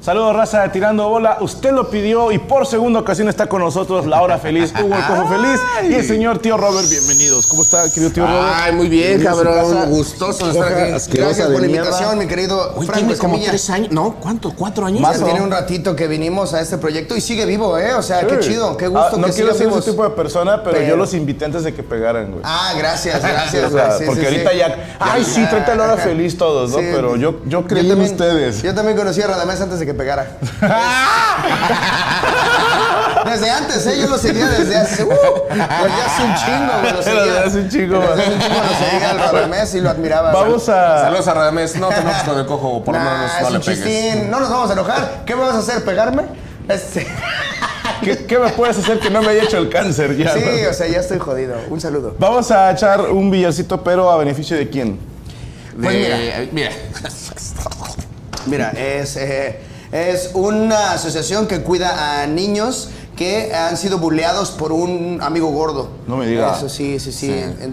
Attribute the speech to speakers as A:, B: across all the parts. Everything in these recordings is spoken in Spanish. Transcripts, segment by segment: A: Saludos, raza de Tirando Bola. Usted lo pidió y por segunda ocasión está con nosotros la hora feliz, Hugo el Cojo Feliz y el señor tío Robert. Bienvenidos. ¿Cómo está, querido tío Robert?
B: Ay, muy bien,
A: Bienvenido a su casa.
B: cabrón. Gustoso de estar aquí.
C: asquerosa
B: Gracias
C: de
B: por la
C: mierda.
B: invitación, mi querido
C: Güey,
B: Franco
C: tiene como
B: Escamilla.
C: tres años. No, ¿cuánto? ¿Cuatro años?
B: Ya tiene un ratito que vinimos a este proyecto y sigue vivo, ¿eh? O sea, qué
A: Sí.
B: chido, qué
A: Ah,
B: gusto
A: No
B: que
A: quiero
B: siga
A: ser
B: vivo.
A: ese tipo de persona, pero,
B: Pero-
A: yo los invité antes de que pegaran, güey.
B: Ah, gracias, gracias.
A: O sea,
B: güey. Sí,
A: porque
B: sí,
A: ahorita
B: sí.
A: ya. Ay, sí,
B: Ah,
A: trata la hora
B: ajá.
A: feliz todos, ¿no?
B: Sí.
A: Pero yo, yo creí en
B: también-
A: ustedes.
B: Yo también conocí a Radamés antes de que pegara. Desde antes, ¿eh? Yo lo seguía desde hace. Uh, pues ya hace un chingo, güey. Lo seguía.
A: Desde hace un chingo,
B: Desde hace
A: güey.
B: un chingo lo seguía al Radamés y lo admiraba. güey.
A: Vamos a.
D: Saludos a Radamés. No te enojes con el cojo, por lo
B: Nah,
D: menos
B: es
D: no le
B: un
D: pegues.
B: chistín. No nos vamos a enojar. ¿Qué me vas a hacer? ¿Pegarme? Este.
A: ¿Qué, qué me puedes hacer que no me haya hecho el cáncer ya? no?
B: Sí, o sea, ya estoy jodido. Un saludo.
A: Vamos a echar un billarcito, pero a beneficio de quién?
B: Pues
A: Este,
D: De- mira.
B: Mira, es, eh, es una asociación que cuida a niños que han sido buleados por un amigo gordo.
A: No me diga.
B: Eso sí, sí, sí.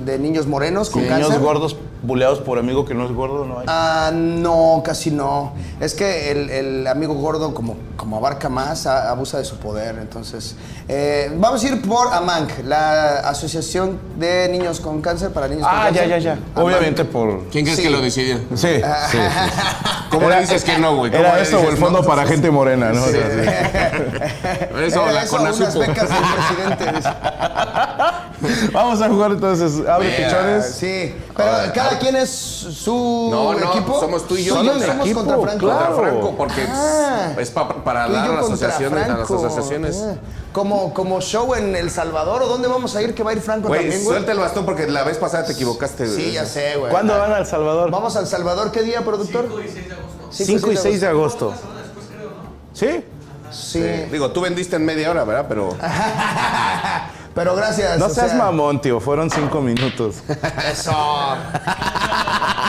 B: De niños morenos con
A: Niños
B: cáncer.
A: gordos buleados por amigo que no es gordo, no hay.
B: Ah, no, casi no. Es que el, el amigo gordo, como, como abarca más, a- abusa de su poder. Entonces, eh, vamos a ir por AMANC, la Asociación de Niños con Cáncer para Niños con
A: Ah, ya,
B: Cáncer.
A: ya, ya.
B: AMANC.
A: Obviamente por.
D: ¿Quién crees
B: Sí.
D: que lo decidió?
A: Sí, sí, sí.
D: ¿Cómo
A: Era-
D: le dices que no, güey? ¿Cómo
A: Era
D: le
A: eso o
D: dices
A: el fondo
D: no?
A: para gente morena, ¿no? O sea, sí.
D: Eso,
B: Era
D: la
B: Eh, eso,
D: Conasupo.
B: unas becas del presidente.
A: Vamos a jugar entonces. Abre
D: Mira,
A: pichones.
B: Sí, pero cada quien es su
D: ah, No, no,
B: equipo.
D: somos tú y yo
B: Somos-
D: contra
B: somos
A: equipo,
B: contra Franco.
A: claro.
D: Contra Franco, porque
B: Ah.
D: es pa- para
B: Tú y
D: dar
B: yo
D: a las
B: contra
D: asociaciones. A las
B: Franco.
D: asociaciones.
B: Ah, Como, como show en El Salvador, ¿o dónde vamos a ir que va a ir Franco
D: Güey,
B: también, güey?
D: suelta el bastón porque la vez pasada te equivocaste, güey.
B: Sí, ya sé, güey.
A: ¿Cuándo van a El Salvador?
B: Vamos pues, a El Salvador, ¿qué día, productor? 5 y 6 de agosto.
A: 5 y 6 de agosto. ¿Sí?
B: Sí.
D: Digo, tú vendiste en media hora, ¿verdad? Pero.
B: Pero gracias.
A: No
B: o
A: seas
B: sea,
A: mamón, tío. Fueron 5 minutos.
B: Eso.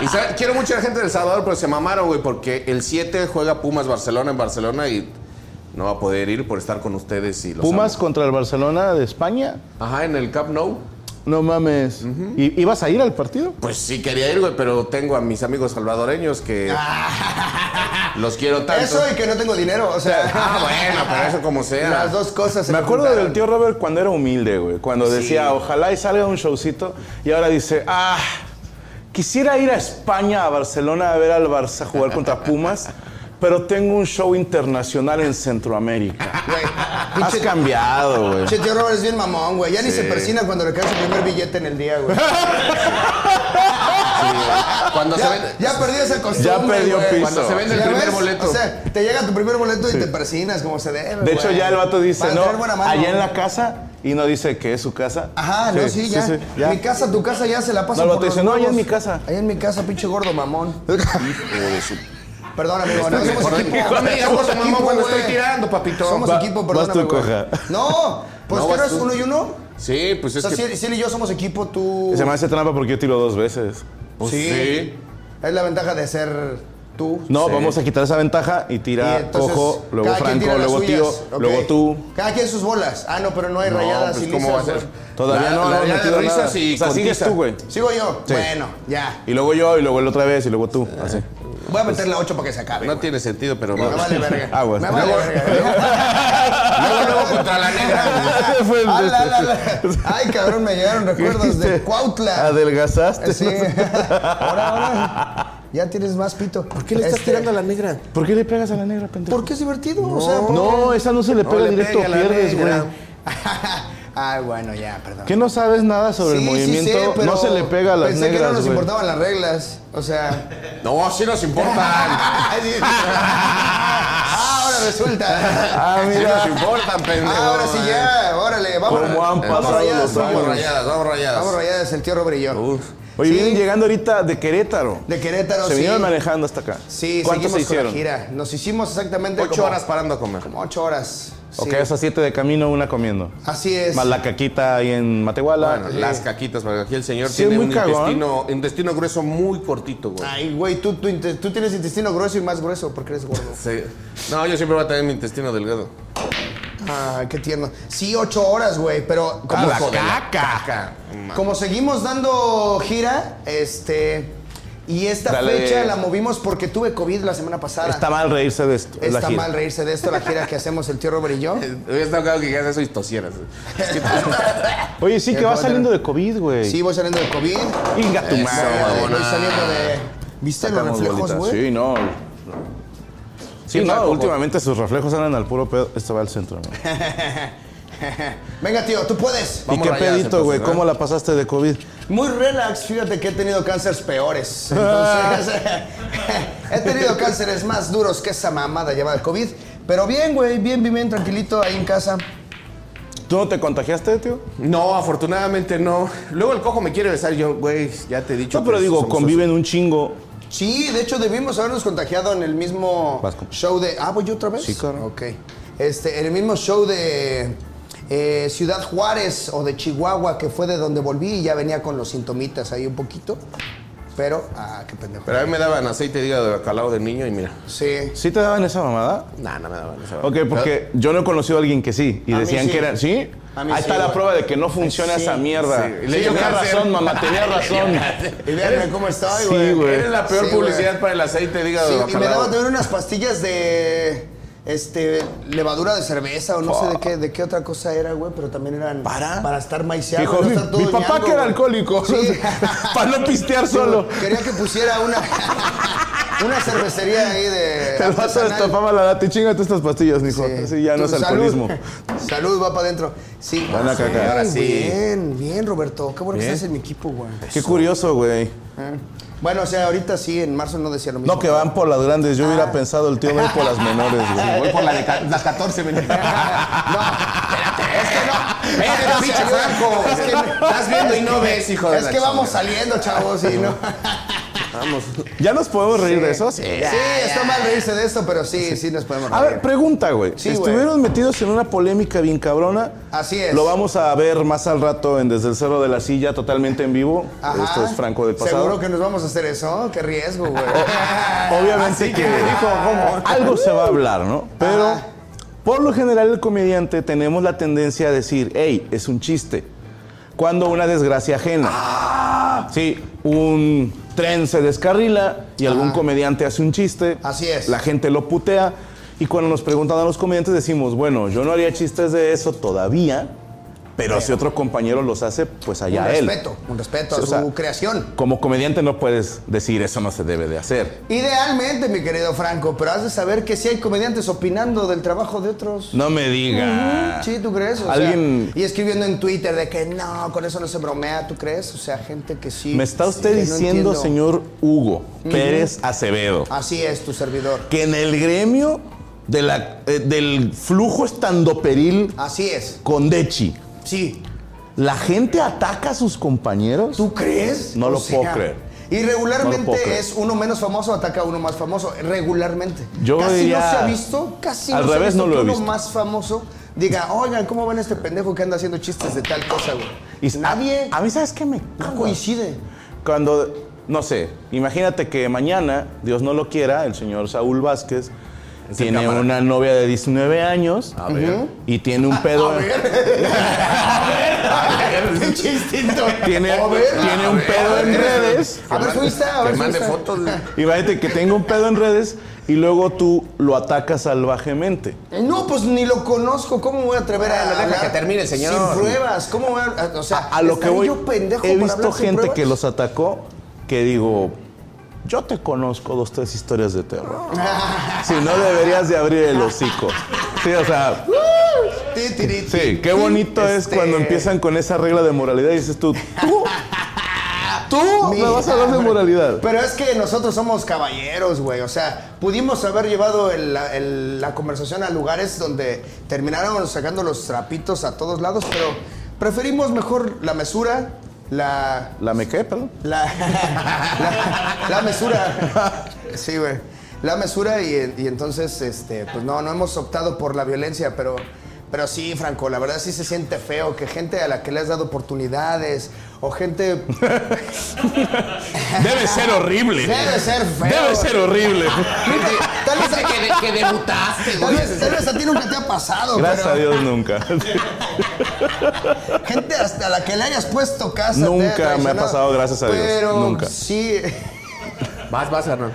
D: Y sabe- quiero mucho a la gente del Salvador, pero se mamaron, güey, porque el 7 juega Pumas Barcelona en Barcelona y no va a poder ir por estar con ustedes y los
A: Pumas contra el Barcelona de España.
D: amo. Ajá, en el Cup No.
A: No mames. ¿Y- ¿Ibas a ir al partido?
D: Pues sí quería ir, güey, pero tengo a mis amigos salvadoreños que los quiero tanto.
B: Eso y que no tengo dinero, o sea.
D: Ah, bueno, pero eso como sea.
B: Las dos cosas. se
A: Me
B: me
A: acuerdo
B: juntaron.
A: del tío Robert cuando era humilde, güey. Cuando decía, ojalá y salga un showcito. Y ahora dice, ah, quisiera ir a España, a Barcelona, a ver al Barça jugar contra Pumas. Pero tengo un show internacional en Centroamérica.
B: Güey,
A: Has
B: pinche-
A: cambiado, güey.
B: Che, tío Robert es bien mamón, güey. Ya ni se persina cuando le cae su primer billete en el día, güey.
D: Cuando se
B: Ah, Ya,
D: ven-
B: ya perdí esa costumbre,
A: Ya perdió
B: güey.
A: piso.
D: Cuando se vende el
B: Ya
D: primer
B: ves,
D: boleto.
B: O sea, te llega tu primer boleto y te persinas como se debe,
A: De hecho,
B: güey.
A: ya el vato dice,
B: Para
A: no,
B: tener buena mano.
A: allá en la casa. Y no dice que es su casa.
B: Ajá, no, sí, ya.
A: ya.
B: Mi casa, tu casa ya se la pasa
A: No, el
B: por
A: vato
B: los
A: dice, no, allá en
B: huevos.
A: mi casa.
B: Allá en mi casa, pinche gordo mamón.
D: Hijo de su-
B: Perdón, amigo, no somos
D: Perdón,
B: equipo.
D: hijo de-
B: No me digas,
D: Somos mamón cuando
B: güey.
D: estoy tirando, papito.
B: Somos
A: Va-
B: equipo,
A: vas
B: perdóname,
A: tú,
B: güey.
A: coja.
B: No, pues
D: No,
B: que
D: vas
B: no es
D: tú.
B: uno y uno.
D: Sí, pues
B: O
D: es
B: sea,
D: que.
B: si, si él y yo somos equipo, tú...
A: Se me hace trampa porque yo tiro dos veces.
D: Pues
B: Oh, Sí.
D: sí.
B: Es la ventaja de ser tú.
A: No, vamos a quitar esa ventaja y
B: Y
A: tira
B: entonces,
A: Cojo, luego
B: cada quien
A: Franco,
B: tira las
A: luego tío,
B: suyas, ok.
A: luego tú.
B: Cada quien sus bolas. Ah, no, pero no hay
D: No,
B: rayadas
D: pues
B: y
D: cómo va a
B: lisas,
D: ser.
B: güey.
A: Todavía
D: La-
A: no,
D: la
A: no,
D: de
A: metido
D: risas
A: nada.
D: y
A: o sea,
D: con
A: sigues
D: tiza.
A: tú, güey.
B: Sigo yo.
A: Sí.
B: Bueno, ya.
A: Y luego yo, y luego él otra vez, y luego tú. Así.
B: Voy
A: Pues
B: a meter la 8 para que se acabe.
D: No
B: güey.
D: tiene sentido, pero
B: Me
D: vamos.
B: vale verga.
A: Aguas.
B: Me vale
A: Luego-
B: verga. Luego, luego contra la negra. Ah,
A: Fue el-
B: Ala, ala, ala. Ay, cabrón, me llegaron recuerdos de
A: Dijiste,
B: Cuautla.
A: Adelgazaste.
B: Sí. Ahora, ahora. Ya tienes más pito. Este, ¿Por qué le estás
A: este,
B: tirando a la negra?
A: ¿Por qué le pegas a la negra, pendejo?
B: Porque es divertido. o sea, ¿por
A: No,
B: qué?
A: esa no se le
D: No
A: pega
D: le
A: directo,
D: pegue a la
A: pierdes,
D: negra.
A: güey.
B: Ay, Ah, bueno, ya, perdón.
A: ¿Qué no sabes nada sobre el
B: Sí, sí
A: movimiento?
B: sé, pero
A: no se le pega a las
B: pensé que no
A: negras,
B: nos
A: güey.
B: importaban las reglas. O sea.
D: No, sí nos importan.
B: Ay, sí. Ah, ahora resulta.
A: ah,
D: Sí
A: mira.
D: nos importan, pendejo.
B: Ah, Ahora sí ya, órale, vamos.
A: Cómo Eh, han
B: vamos
A: pasado
B: rayadas,
A: los
B: vamos
A: años.
B: rayadas.
D: rayadas, vamos rayadas.
B: Vamos rayadas, el tío Robert y yo.
A: Oye,
B: Sí,
A: vienen llegando ahorita de Querétaro.
B: De Querétaro,
A: se
B: sí.
A: vinieron manejando hasta acá.
B: Sí,
A: ¿Cuántos
B: seguimos
A: se
B: con la
A: hicieron?
B: gira. Nos hicimos exactamente
D: Ocho
B: como-
D: horas parando a comer.
B: como ocho horas. sí.
A: Ok, esas siete de camino, una comiendo.
B: Así es.
A: Más la caquita ahí en Matehuala.
D: Bueno, Las caquitas, porque aquí el señor
A: Sí,
D: tiene
A: muy
D: un
A: cagón.
D: intestino, intestino grueso muy cortito, güey.
B: Ay, güey, tú, tú, inte- tú tienes intestino grueso y más grueso porque eres gordo.
D: Sí. No, yo siempre voy a tener mi intestino delgado.
B: Ah, qué tierno. Sí, ocho horas, güey, pero como,
D: la
B: como-
D: caca.
B: como seguimos dando gira, este, Y esta
A: Dale.
B: fecha la movimos porque tuve COVID la semana pasada.
A: Está mal reírse de esto. es la
B: Está
A: gira.
B: mal reírse de esto, la gira que hacemos el tío Robert y yo.
D: Hubiera estado claro que dijeras eso y tosieras. Es que-
A: Oye, sí, que
B: Ya
A: va
B: acabo de-
A: saliendo de COVID, güey.
B: Eh, Sí, voy saliendo de COVID.
A: Inga tu
B: Eh,
A: madre,
B: Voy
D: mamona.
B: saliendo de. ¿Viste los
A: Sacamos
B: reflejos,
A: bolitas.
B: güey?
A: Sí, no. Sí,
D: Qué
A: no,
D: naco,
A: últimamente sus reflejos andan al puro pedo. Esto va al centro, ¿no?
B: Venga, tío, tú puedes.
A: ¿Y
D: Vamos
A: qué
D: rayados,
A: pedito, güey?
D: entonces,
A: ¿Cómo la pasaste de COVID?
B: Muy relax, fíjate que he tenido cánceres peores. Entonces, he tenido cánceres más duros que esa mamada llamada COVID. Pero bien, güey, bien, bien, bien, tranquilito ahí en casa.
A: ¿Tú no te contagiaste, tío?
D: No, afortunadamente no. Luego el cojo me quiere besar. y Yo, güey, ya te he dicho.
A: No, pero
D: que
A: digo,
D: somos
A: conviven un chingo.
B: Sí, de hecho debimos habernos contagiado en el mismo
A: Vas con-
B: show de. Ah, voy yo otra vez.
A: Sí, claro.
B: Ok. Este, en el mismo show de eh, Ciudad Juárez o de Chihuahua, que fue de donde volví y ya venía con los sintomitas ahí un poquito. Pero, ah, qué pendejo.
D: Pero a mí me daban aceite de hígado de bacalao de niño y mira.
B: Sí.
A: ¿Sí te daban esa mamada?
D: Nah, no me daban esa.
A: Ok, porque yo no he conocido a alguien que sí. Y
B: A mí
A: decían
B: sí.
A: que era. ¿Sí?
B: A mí
A: Ahí
B: sí,
A: está la
B: güey.
A: prueba de que no funciona
B: Sí,
A: esa mierda.
D: sí.
A: Sí,
D: Y le dio
A: tenía
D: cáncer.
A: razón, mamá, tenía razón.
B: Y vean cómo estoy,
A: Sí,
B: güey.
A: güey.
D: Eres la peor
B: Sí,
D: publicidad
B: güey.
D: para el aceite de hígado
B: Sí, y
D: de
B: me
D: bacalao.
B: daban también unas pastillas de este levadura de cerveza o no sé de qué, de qué otra cosa era, güey, pero también eran
A: ¿Para?
B: estar maiceado.
A: Dijo,
B: no
A: mi,
B: estar todo
A: mi papá
B: ñango,
A: que era
B: güey".
A: alcohólico.
B: Sí.
A: Para no pistear
B: Sí, güey.
A: solo.
B: Quería que pusiera una una cervecería ahí de
A: Te vas a
B: artesanal.
A: destapaba la lata y chingate estas pastillas, mijo.
B: Sí.
A: Así ya no es
B: Tu
A: alcoholismo.
B: Salud, Salud, va para adentro. Sí.
A: Van a
B: Sí,
A: cagar. Ahora
D: sí.
B: Bien, bien, Roberto. Qué bueno que
A: Bien.
B: estás en mi equipo, güey.
A: Qué curioso, güey.
B: Ah. Bueno, o sea, ahorita sí, en marzo no decía lo mismo.
A: No, que van por las grandes. Yo
B: Ah.
A: hubiera pensado el tío va a ir por las menores, güey.
D: Voy por la de ca- las 14, me
B: Es que no,
D: pinche
B: señor.
D: Franco.
B: Ah, Es que no-
D: Estás viendo y no ves, hijo de
B: Es
D: la
B: que vamos
D: chingada.
B: saliendo, chavos, y no.
A: ¿Ya nos podemos reír de eso? Sí.
B: Sí, está mal reírse de esto, pero sí, sí nos podemos reír.
A: A ver, pregunta, güey.
B: Sí, güey.
A: Estuvieron metidos en una polémica bien cabrona.
B: Así es.
A: Lo vamos a ver más al rato en Desde el Cerro de la Silla, totalmente en vivo.
B: Ajá.
A: Esto es Franco del pasado.
B: Seguro que nos vamos a hacer eso. Qué riesgo, güey.
A: Obviamente que algo se va a hablar, ¿no? Pero
B: Ajá.
A: por lo general el comediante tenemos la tendencia a decir, hey, es un chiste. Cuando una desgracia ajena.
B: Ah.
A: Sí, un tren se descarrila y algún comediante hace un chiste.
B: Así es.
A: La gente lo putea. Y cuando nos preguntan a los comediantes decimos, bueno, yo no haría chistes de eso todavía, pero, si otro compañero los hace, pues allá
B: un
A: él.
B: respeto, un respeto
A: Sí,
B: a
A: o
B: su
A: sea,
B: creación.
A: Como comediante no puedes decir eso no se debe de hacer.
B: Idealmente, mi querido Franco, pero has de saber que sí hay comediantes opinando del trabajo de otros.
A: No me diga.
B: Sí, ¿tú crees? O sea,
A: Alguien-
B: y escribiendo en Twitter de que no, con eso no se bromea, ¿tú crees? O sea, gente que sí.
A: Me está usted
B: que no
A: diciendo,
B: entiendo.
A: señor Hugo Pérez Acevedo,
B: Así es, tu servidor.
A: que en el gremio de la- eh, del flujo estandoperil
B: Así es.
A: con Dechi,
B: Sí.
A: ¿la gente ataca a sus compañeros?
B: ¿Tú crees?
A: No
B: O
A: lo
B: sea,
A: puedo creer.
B: Y regularmente
A: No lo puedo creer.
B: es uno menos famoso ataca a uno más famoso. Regularmente.
A: Yo
B: casi no
A: diría-
B: se ha visto, casi
A: Al
B: no
A: revés
B: se ha
A: no
B: visto
A: lo he
B: que
A: visto.
B: uno más famoso diga, oigan, ¿cómo ven este pendejo que anda haciendo chistes de tal cosa, güey?
A: Y-
B: Nadie
A: A, a mí, ¿sabes qué me
B: no
A: caga?
B: coincide.
A: Cuando, no sé, imagínate que mañana, Dios no lo quiera, el señor Saúl Vázquez tiene
D: cámara.
A: una novia de 19 años
D: A ver.
A: y tiene un pedo.
B: Pinche instinto.
A: Tiene,
B: A ver,
A: tiene
B: a
A: un
B: ver,
A: pedo
B: a
A: en
B: ver.
A: redes.
B: A ver su Insta, a ver
D: Que
B: su
D: mande
B: Insta.
D: fotos.
A: Imagínate que tenga un pedo en redes y luego tú lo atacas salvajemente.
B: No, pues ni lo conozco. ¿Cómo me voy a atrever a
D: Ah, deja
B: hablar
D: que termine el señor.
B: Sin pruebas. ¿Cómo voy a, o sea,
A: A, a lo que
B: ¿estaré
A: voy,
B: yo pendejo
A: he
B: para
A: visto
B: hablar sin
A: gente que
B: pruebas?
A: los atacó que digo, yo te conozco dos, tres historias de terror. si no deberías de abrir el hocico. Sí, o sea,
B: Ti, ti, ti,
A: sí, qué bonito es
B: Este-
A: cuando empiezan con esa regla de moralidad y dices tú, tú, tú me
B: Mira,
A: vas a hablar de
B: hombre.
A: moralidad.
B: Pero es que nosotros somos caballeros, güey. O sea, pudimos haber llevado el- la- el- la conversación a lugares donde terminaron sacando los trapitos a todos lados, pero preferimos mejor la mesura, la.
A: La me quedé, perdón.
B: La, la, la mesura. Sí, güey. La mesura y, y entonces, este, pues no, no hemos optado por la violencia, pero, pero sí, Franco, la verdad sí se siente feo que gente a la que le has dado oportunidades o gente... pues,
A: Debe ser horrible.
B: Debe ser feo.
A: Debe ser horrible.
B: Tal vez,
D: Dice que, de- que debutaste,
B: tal
D: güey.
B: vez- tal vez a ti nunca te ha pasado,
A: Gracias
B: pero
A: a Dios nunca.
B: gente hasta la que le hayas puesto casa. te ha
A: Nunca me ha
B: traicionado.
A: pasado, gracias a Dios,
B: Pero
A: nunca.
B: sí...
D: Vas, vas, Hernán.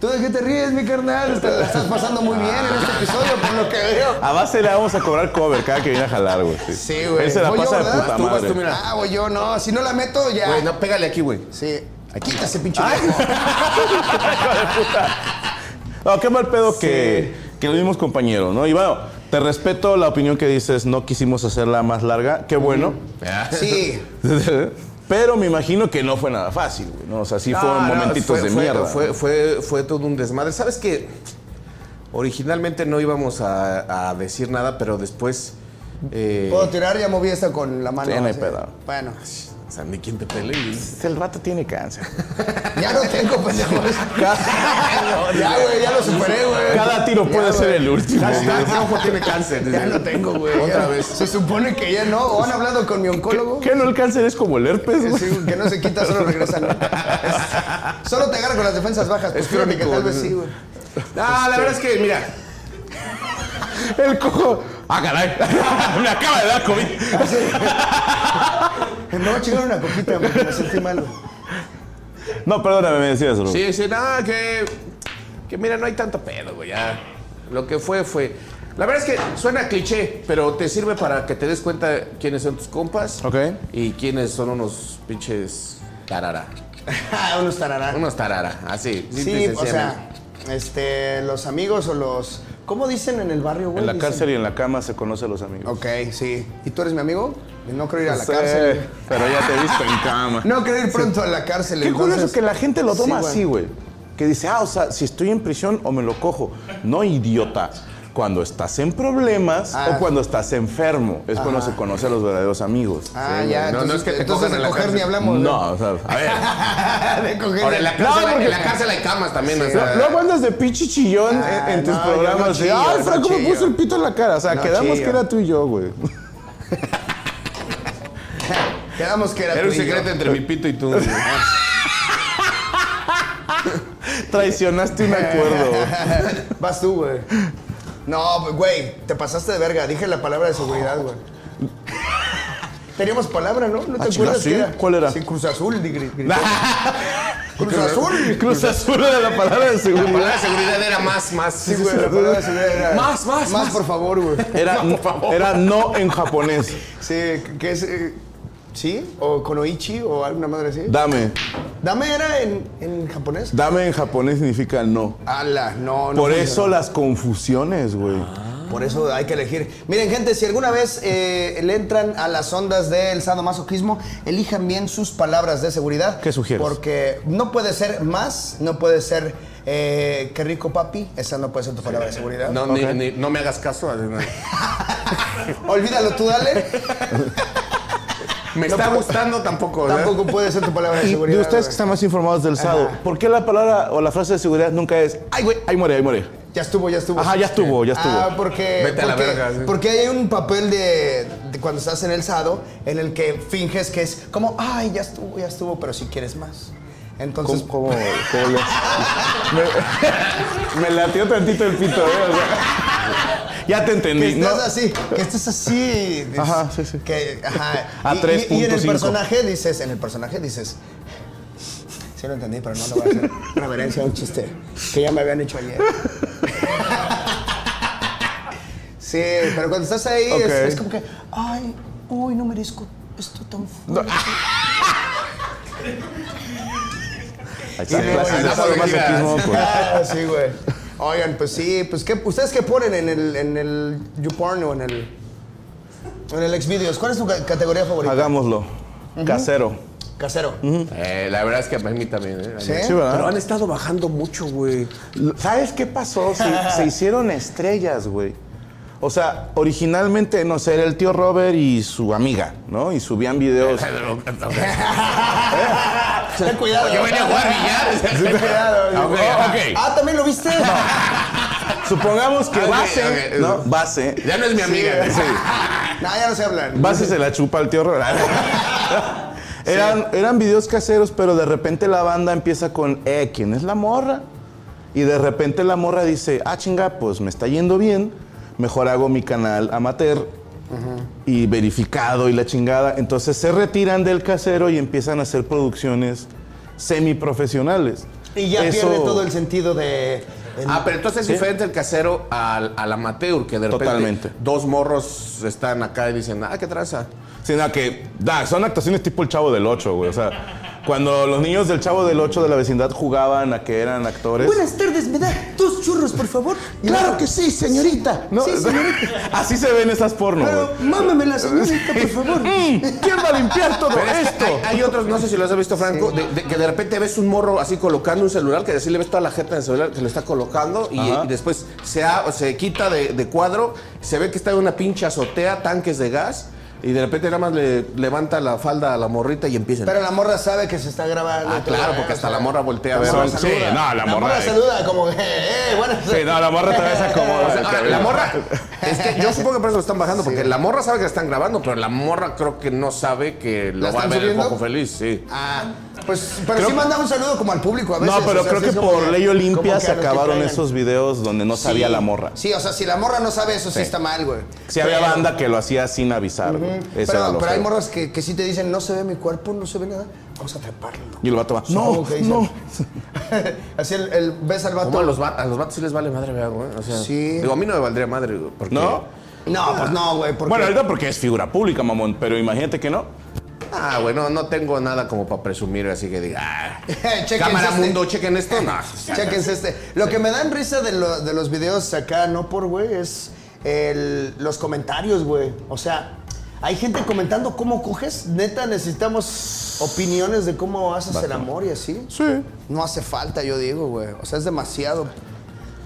B: ¿Tú de qué te ríes, mi carnal? Te la estás pasando muy bien en este episodio, por lo que veo.
A: A base le vamos a cobrar cover cada que viene a jalar, güey. Sí,
B: Sí, güey.
A: Él se la
B: Voy
A: pasa
B: yo,
A: de
B: ¿verdad?
A: puta
D: Tú vas,
A: madre.
D: tú, mira.
B: Ah, güey, yo no. Si no la meto, ya.
D: Güey, no, pégale aquí, güey.
B: Sí. Quítase, pinche viejo.
A: No, Ah, qué mal pedo que, que lo vimos compañero, ¿no? Y bueno, te respeto la opinión que dices, no quisimos hacerla más larga, qué bueno.
B: Sí.
A: Pero me imagino que no fue nada fácil, güey. ¿no? O sea, sí
D: No,
A: fueron
D: Ah, no,
A: momentitos
D: fue-
A: de
D: fue-
A: mierda.
D: Fue, fue- fue todo un desmadre. ¿Sabes qué? Originalmente no íbamos a, a decir nada, pero después. eh,
B: Puedo tirar, ya moví esta con la mano.
A: Sí, no hay
B: así.
A: pedo.
B: Bueno,
D: o sea, ni quien te pelee.
A: El rato tiene cáncer.
B: ya no tengo pendejos. ya, güey, ya lo superé, güey.
A: Cada tiro
B: Ya,
A: puede
B: güey.
A: ser el último.
D: Hashtag Rojo tiene cáncer.
B: Ah, Ya no tengo, güey.
D: Otra
B: Ya.
D: vez.
B: Se supone que ya no. ¿O han hablado con mi oncólogo?
A: ¿Qué no? El cáncer es como el herpes,
B: Que
A: güey.
B: sí, que no se quita, solo regresan. solo te agarra con las defensas bajas. Pues
D: Es
B: fíjate que
D: crónico,
B: tal vez
D: ¿no?
B: sí, güey.
D: Ah, la verdad es que, mira.
A: El cojo. Ah, caray. me acaba de dar COVID.
B: Me voy a chingar una coquita porque me sentí mal. güey.
A: No, perdóname, me decías, Rubén.
D: Sí, sí, nada, que. Que mira, no hay tanto pedo, güey. Ya. Lo que fue, fue. La verdad es que suena cliché, pero te sirve para que te des cuenta quiénes son tus compas.
A: Ok.
D: Y quiénes son unos pinches tarara.
B: Ah, unos tararán.
D: Unos tarara, así. simple y
B: Sí, o
D: sencillamente.
B: sea, este, los amigos o los. ¿Cómo dicen en el barrio, güey?
A: En la
B: Dicen-
A: cárcel y en la cama se conocen a los amigos.
B: Ok, sí. ¿Y tú eres mi amigo? No creo ir a la
A: Sí,
D: Pues, eh,
B: cárcel.
A: Pero ya te he visto en cama.
B: No creo ir pronto a la cárcel.
A: Qué curioso
B: entonces-
A: que la gente lo toma
B: Sí, güey.
A: así, güey. Que dice, ah, o sea, si estoy en prisión o me lo cojo. No, idiota. Cuando estás en problemas
B: Ah.
A: o cuando estás enfermo es cuando se conoce a los verdaderos amigos.
B: Ah,
D: Sí,
B: ya.
D: güey. No, no
B: entonces,
D: es que te
B: entonces
D: cojan en
B: de
D: la
B: coger
D: cárcel.
B: ni hablamos.
A: No, o sea, a ver.
B: güey. de coger.
D: Ahora, en la cárcel,
A: No, porque-
D: en la cárcel hay camas también. o sea,
A: No, Luego andas de pinche chillón
B: Ah,
A: en, en tus
B: no, yo no
A: programas. de,
B: chillo,
A: Ay,
B: no
A: Franco me
B: chillo.
A: puso el pito en la cara. O sea,
B: No
A: quedamos
B: chillo.
A: que era tú y yo, güey.
B: Quedamos que era
D: Era
B: tú
D: un
B: y yo.
D: secreto entre mi pito y tú.
A: Traicionaste un acuerdo. güey.
B: Vas tú, güey. No, pues, güey, te pasaste de verga. Dije la palabra de seguridad, güey. Teníamos palabra, ¿no? ¿No te
A: Ah,
B: acuerdas?
A: chinga, sí.
B: que
A: ¿Cuál era?
B: Sí, Cruz Azul. di- gri- grité. Cruz Azul.
A: Cruz Azul era la palabra de
D: La
A: seguridad.
D: palabra de seguridad era más, más.
B: Sí, güey, la palabra de seguridad era...
D: Más, más,
B: Más,
D: más.
B: por favor, güey.
A: Era
D: No, por favor.
A: era no en japonés.
B: Sí, que es... eh, ¿Sí? ¿O Konoichi o alguna madre así?
A: Dame.
B: Dame era en, en japonés.
A: Dame en japonés significa no.
B: Ala, no, no. Ah,
A: Por
B: funciona.
A: eso las confusiones, güey.
B: Por eso hay que elegir. Miren, gente, si alguna vez eh, le entran a las ondas del sadomasoquismo, elijan bien sus palabras de seguridad.
A: ¿Qué sugieres?
B: Porque no puede ser más, no puede ser eh, qué rico papi. Esa no puede ser tu palabra de seguridad.
D: No, ni- ni- no me hagas caso. además.
B: Olvídalo tú, dale.
A: Pues,
D: Me está gustando tampoco. ¿verdad?
B: Tampoco puede ser tu palabra de
A: Y
B: seguridad.
A: de ustedes que
B: güey.
A: están más informados del SADO, ¿por qué la palabra o la frase de seguridad nunca es, ay, güey, ahí muere, ahí muere?
B: Ya estuvo, ya estuvo.
A: Ajá, ya estuvo, ya estuvo.
B: Ah, porque.
D: Vete a la
B: porque-
D: verga, sí.
B: Porque hay un papel de, de cuando estás en el sado en el que finges que es como, ay, ya estuvo, ya estuvo, pero si quieres más. Entonces.
A: ¿Cómo,
B: Oh,
A: cómo, cómo le- me, me latió tantito el pito, güey. o sea, ya te
B: Que
A: entendí.
B: estás
A: no-
B: así, que estás así. dices,
A: Ajá, sí, sí.
B: Que, ajá.
A: A
B: Y- y- Y, en el
A: 3.5.
B: personaje dices, en el personaje dices. Sí lo entendí, pero no lo voy a hacer reverencia a un chiste que ya me habían hecho ayer. Sí, pero cuando estás ahí es-
A: Ok.
B: es, como que, ay, uy, no merezco esto tan fuerte.
A: Ahí está,
B: Sí, güey,
A: clases de
B: andamos
A: sadomasoquismo, güey.
B: Ah, sí, güey. Oigan, pues sí, pues ¿qué, ¿ustedes qué ponen en el, en el YouPorn o en el, en el Xvideos? ¿Cuál es tu ca- categoría favorita?
A: Hagámoslo. Casero.
B: Casero.
D: Eh, la verdad es que a mí también. ¿eh?
B: ¿Sí?
A: Sí, ¿verdad?
C: Pero han estado bajando mucho, güey.
A: ¿Sabes qué pasó? Se, se hicieron estrellas, güey. O sea, originalmente, no sé, era el tío Robert y su amiga, ¿no? Y subían videos.
B: Ten cuidado.
D: Yo venía a jugar
B: Ten
D: billar.
B: cuidado.
D: Ah, ok,
B: Ah,
D: ok.
B: Ah, ¿también lo viste?
A: Supongamos que
D: Ah, Ok,
A: Base,
D: ok.
A: ¿no? Base.
D: Ya no es mi amiga.
B: Sí. No, ya no se hablan.
A: Base se la chupa al tío Robert. eran, eran videos caseros, pero de repente la banda empieza con, eh, ¿quién es la morra? Y de repente la morra dice, ah, chinga, pues me está yendo bien, mejor hago mi canal amateur y verificado y la chingada. Entonces se retiran del casero y empiezan a hacer producciones semiprofesionales.
B: Y ya
A: Eso-
B: pierde todo el sentido de. el-
D: Ah, pero entonces es diferente el casero al, al amateur, que de repente
A: Totalmente.
D: dos morros están acá y dicen, ah, qué traza.
A: Sino que da, son actuaciones tipo el Chavo del 8, güey. O sea, cuando los niños del Chavo del 8 de la vecindad jugaban a que eran actores.
E: Buenas tardes, ¿me da dos churros, por favor? Claro que sí, señorita.
A: No,
E: sí, señorita.
A: así se ven esas porno,
E: Pero
A: güey.
E: mámamela, señorita, por favor.
A: Mm, ¿Quién va a limpiar todo
D: Pero es que
A: esto?
D: Hay, hay otros, no sé si lo has visto, Franco, de- de- que de repente ves un morro así colocando un celular, que así le ves toda la jeta del celular que lo está colocando y,
A: Ajá.
D: y después se, a- o se quita de, de cuadro, se ve que está en una pinche azotea, tanques de gas, y de repente nada más le levanta la falda a la morrita y empiezan.
B: Pero la morra sabe que se está grabando.
D: ah, claro, porque hasta la morra voltea a ver.
A: Son-
D: Ahora,
A: sí, no, la morra es-
B: saluda como que, eh, buenas
A: Sí, no, la morra todavía se acomoda. el
D: ahora,
A: cabello.
D: Ah, la morra, es que yo supongo que por eso lo están bajando, porque la morra sabe que la están grabando, pero la morra creo que no sabe que
B: ¿La
D: lo va a
B: están
D: ver el
B: subiendo?
D: poco feliz, sí.
B: Ah, pues, pero
A: Creo-
B: sí manda un saludo como al público a veces.
A: No, pero
B: o sea,
A: creo
B: sí
A: que
B: es como
A: por ley
B: como
A: Olimpia
B: que
A: se
B: a los que
A: acabaron
B: traigan.
A: esos videos donde no sabía la morra.
B: Sí, o sea, si la morra no sabe eso, sí,
A: Sí.
B: está mal, güey.
A: Sí, había
B: Pero-
A: banda que lo hacía sin avisar, güey. Eso era
B: Pero,
A: lo
B: pero hay
A: feo.
B: morras que, que sí te dicen, no se ve mi cuerpo, no se ve nada, vamos a treparlo.
A: Y el vato va,
B: Supongo
A: no,
B: que dicen.
A: no.
B: Así el, el- ves al
D: Como a
B: vato.
D: los, va- a los vatos sí les vale madre, ¿verdad, güey? O sea,
B: Sí.
D: Digo, a mí no me valdría madre, güey, porque...
A: ¿No?
B: No, pues no, güey. porque-
A: Bueno, ahorita porque es figura pública, mamón, pero imagínate que no.
D: Ah, güey, no, no tengo nada como para presumir, así que diga... ah,
B: Chéquense
D: cámara
B: este.
D: mundo, chequen esto. No.
B: Chéquense este. Lo que me dan risa de, lo- de los videos acá, no por güey, es el- los comentarios, güey. O sea, hay gente comentando cómo coges. Neta, necesitamos opiniones de cómo haces el amor y así.
A: Sí.
B: No hace falta, yo digo, güey. O sea, es demasiado.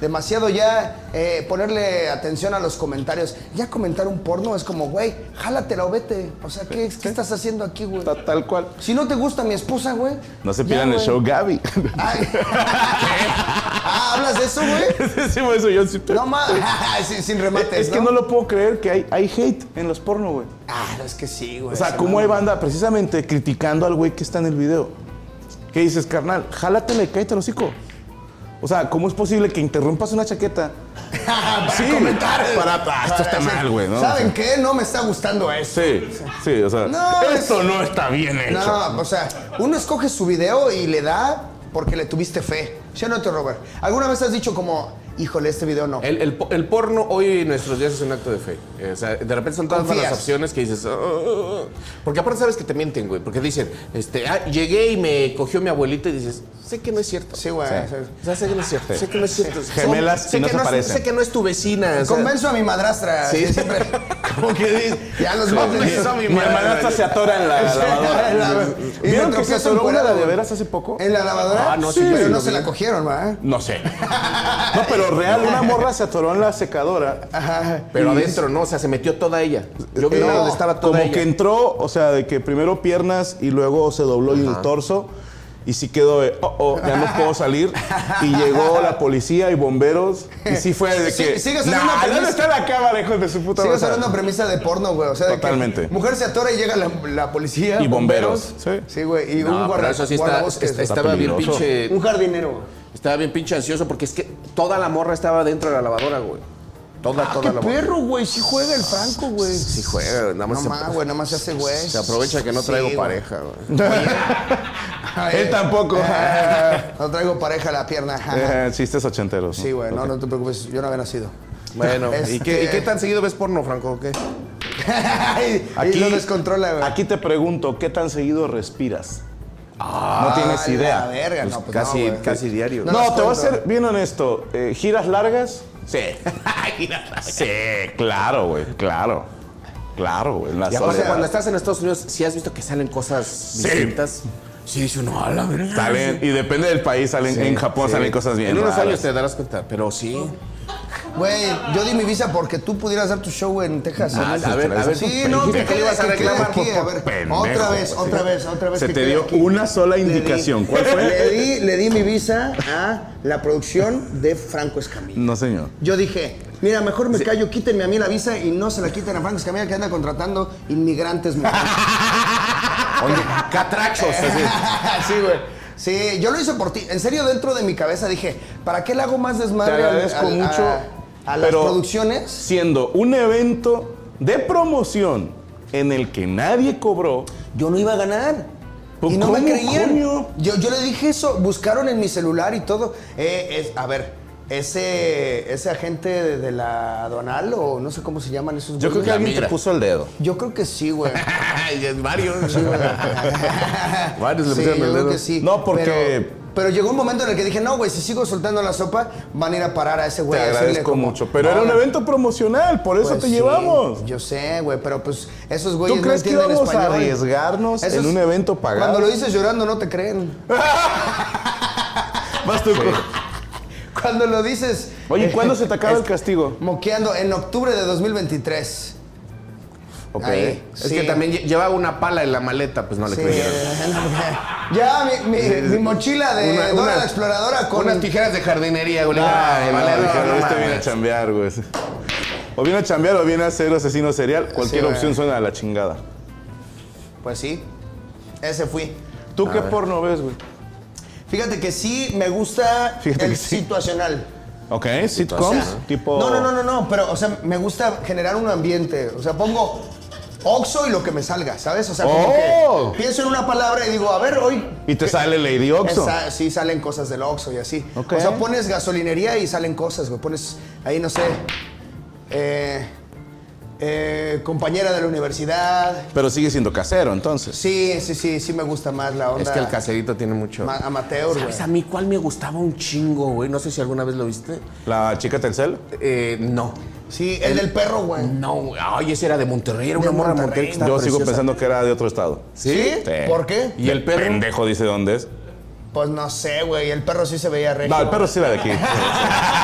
B: Demasiado ya eh, ponerle atención a los comentarios. Ya comentar un porno es como, güey, jálatela o vete. O sea, ¿qué, qué estás haciendo aquí, güey?
A: Ta- Tal cual.
B: Si no te gusta mi esposa, güey.
A: No se
B: ya,
A: pierdan el
B: güey.
A: show Gaby.
B: Ay. ah, ¿hablas de eso, güey?
A: Decimos eso yo sí, pero-
B: No más. sin, sin remates.
A: Es que no lo puedo creer que hay, hay hate en los porno, güey.
B: Ah, no, es que sí, güey.
A: O sea, ¿cómo hay banda precisamente criticando al güey que está en el video? ¿Qué dices, carnal? Jálatele, cállate el hocico. O sea, ¿cómo es posible que interrumpas una chaqueta?
B: para
A: Sí,
B: comentar.
A: para- para- esto está mal, güey, ¿no?
B: ¿Saben qué? No me está gustando eso.
A: Sí, sí, o sea,
B: No, es-
A: esto no está bien hecho.
B: No, o sea, uno escoge su video y le da porque le tuviste fe. ¿Sí o no, te Robert? ¿Alguna vez has dicho como, híjole, este video no?
D: El, el po- el porno hoy en nuestros días es un acto de fe. Eh, O sea, de repente son todas
B: Confías.
D: las opciones que dices. "Ah, ah, ah". Porque aparte sabes que te mienten, güey. Porque dicen, este, ah, llegué y me cogió mi abuelita y dices, sé que no es cierto.
B: Sí, güey. o sea,
D: O sea, sé que no es cierto. Sé que no es cierto.
A: Gemelas y
D: sé
A: no
D: que
A: se
D: es-
A: parecen.
D: Sé que no es tu vecina. o sea,
B: Convenzo a mi madrastra.
D: Sí.
B: Sí. Siempre, como que dice, ya los
D: Convenzo a mi
A: Mi
D: madre.
A: hermanastra se atora en la
B: En la-
A: lavadora.
B: y
A: ¿Vieron
B: me
A: que se
B: tropiezo
A: atoró una
B: encuerado,
A: de
B: güey.
A: veras hace poco?
B: ¿En la lavadora?
D: Ah, no, sí,
B: Pero
D: sí,
B: no
D: lo
B: se
D: vi.
B: la cogieron, ¿verdad?
A: No sé. No, pero real, una morra se atoró en la secadora.
B: Ajá.
D: Pero adentro, no, o sea, se metió toda ella. Yo vi
A: Eh,
D: donde estaba toda
A: Como
D: ella.
A: que entró, o sea, de que primero piernas y luego se dobló y el torso. Y sí quedó de, oh, oh, ya no puedo salir. Y llegó la policía y bomberos. Y sí fue de
B: Sí,
A: que.
B: sigue siendo una
A: "Nah, ¿Dónde
B: premisa-
A: está la cámara, hijo de su puta
B: Sigue
A: madre?"
B: siendo una premisa de porno, güey. O sea, de que
A: Totalmente.
B: mujer se atora y llega la, la policía.
A: Y bomberos, sí.
B: Sí, güey. Y
D: No,
B: un guarda,
D: pero eso sí está-
B: guardabosques,
D: est-
B: güey.
D: estaba bien
A: peligroso.
D: pinche.
B: Un jardinero.
D: Estaba bien pinche ansioso porque es que toda la morra estaba dentro de la lavadora, güey. Toda, toda la morra.
B: güey! Sí juega el Franco, güey.
D: Sí, juega, nada
B: No
D: más.
B: más, güey. Nada más se hace, güey.
D: se aprovecha que no
B: Sí,
D: traigo
B: güey.
D: pareja, güey.
B: Ay,
A: Él tampoco.
B: eh, no traigo pareja a la pierna. ajá.
A: Eh, Chistes ochenteros. ¿no?
B: Sí, güey. No, no te preocupes. Yo no había nacido.
D: Bueno,
B: Este-
D: ¿y, qué, y qué tan seguido ves porno, Franco? o ¿Qué?
B: Ay, y lo descontrola, güey.
A: Aquí te pregunto, ¿qué tan seguido respiras? no tienes
B: Ah, la
A: idea.
B: verga, no, pues
D: casi,
B: no, güey.
D: casi diario.
A: No,
B: No, las
A: te voy a
B: cuento.
A: ser bien honesto. eh, ¿Giras largas? Sí. Sí, claro, güey. Claro. Claro, güey. en la
D: Y aparte,
A: soledad.
D: cuando estás en Estados Unidos, si has visto que salen cosas distintas. Sí, dice uno, a la verga.
A: Salen- y depende del país, salen, en Japón
D: Sí.
A: salen cosas bien.
D: En unos
A: raras.
D: años te darás cuenta, pero sí.
B: Güey, yo di mi visa porque tú pudieras dar tu show en Texas.
D: Ah, a ver, a ver.
B: Sí, no,
D: ¿Por
B: que
D: qué le ibas a
B: quede
D: reclamar
B: aquí,
D: por-
B: a ver.
A: pendejo,
B: otra vez,
A: güey?
B: otra vez, otra vez.
A: Se
B: que
A: te
B: quede
A: dio
B: aquí.
A: una sola
B: Le di-
A: indicación. ¿Cuál fue?
B: Le di, le di mi visa a la producción de Franco Escamilla.
A: No, señor.
B: Yo dije, mira, mejor me callo, quítenme a mí la visa y no se la quiten a Franco Escamilla que anda contratando inmigrantes mexicanos.
D: Oye, catrachos. así.
B: sí, güey. Sí, yo lo hice por ti. En serio, dentro de mi cabeza dije, ¿para qué le hago más desmadre?
A: Te
B: al-
A: agradezco
B: al- a-
A: mucho,
B: A, las
A: pero-
B: producciones.
A: Siendo un evento de promoción en el que nadie cobró,
B: Yo no iba a ganar. Y no me
A: Pues, ¿Cómo,
B: creían.
A: coño?
B: Yo, yo le dije eso, buscaron en mi celular y todo. Eh, es- a ver, ese, ese agente de, de la aduanal o no sé cómo se llaman esos
F: Yo creo
B: güeyes.
F: que
G: La
F: alguien
G: migra.
F: te puso el dedo.
B: Yo creo que sí, güey.
G: Ay, es varios.
F: Varios le
B: Sí,
F: pusieron
B: yo
F: el
B: creo
F: dedo.
B: que sí.
A: No, porque-
B: Pero, pero llegó un momento en el que dije, no, güey, si sigo soltando la sopa, van a ir a parar a ese
A: Te
B: güey. a decirle
A: agradezco
B: como-
A: mucho. Pero
B: No,
A: era un
B: no,
A: evento promocional, por eso
B: pues
A: te
B: sí,
A: llevamos.
B: Yo sé, güey, pero pues esos güeyes no
A: crees que
B: entienden
A: íbamos a
B: español.
F: arriesgarnos en
B: Esos-
F: un evento pagado?
B: Cuando lo dices llorando no te creen.
A: Vas tú.
B: Cuando lo dices eh,
A: Oye, ¿cuándo se te acaba el castigo?
B: moqueando en octubre de 2023.
F: Ok.
B: Ahí.
G: Es
B: Sí.
G: que también lle- llevaba una pala en la maleta, pues no le
B: Sí.
G: creyeron.
B: ya mi, mi- mi mochila de
G: Una-
B: Dora
G: una-
B: la exploradora con
G: Unas tijeras de jardinería, güey.
A: Ah,
G: Ay,
A: no,
G: vale,
A: dijeron,
G: no
A: este
G: mames.
A: viene a chambear, güey. O viene a chambear o viene a ser asesino serial. Cualquier
B: güey.
A: opción suena a la chingada.
B: Pues sí. Ese fui.
A: ¿Tú qué porno ves, güey?
B: Fíjate que sí me gusta
A: Fíjate
B: el
A: que sí.
B: situacional.
A: Ok,
B: O
A: sitcoms,
B: sea,
A: tipo...
B: pues, No, no, no, no, no, pero o sea, me gusta generar un ambiente. O sea, pongo Oxo y lo que me salga, ¿sabes? O sea, como
A: ¡Oh!
B: que pienso en una palabra y digo, a ver, hoy.
A: Y te sale Lady Oxxo.
B: Esa- sí, salen cosas del Oxxo y así.
A: Ok.
B: O sea, pones gasolinería y salen cosas, güey. Pones ahí, no sé. eh, eh, compañera de la universidad.
A: Pero sigue siendo casero, entonces.
B: Sí, sí, sí, sí me gusta más la onda.
G: Es que el caserito tiene mucho.
B: ma- amateur, güey.
D: ¿Sabes a mí cuál me gustaba un chingo, güey? No sé si alguna vez lo viste.
A: ¿La chica Telcel?
G: Eh, no.
B: Sí, el, del perro, güey.
D: No, güey. Ay, ese era de Monterrey, era
B: De
D: una morra de
B: Monterrey.
D: Monterrey que estaba
A: Yo sigo
D: preciosa.
A: pensando que era de otro estado.
B: ¿Sí? ¿Por qué?
A: ¿Y el perro? Pendejo dice dónde es.
B: Pues no sé, güey. El perro sí se veía regio.
A: No, el perro sí era de aquí.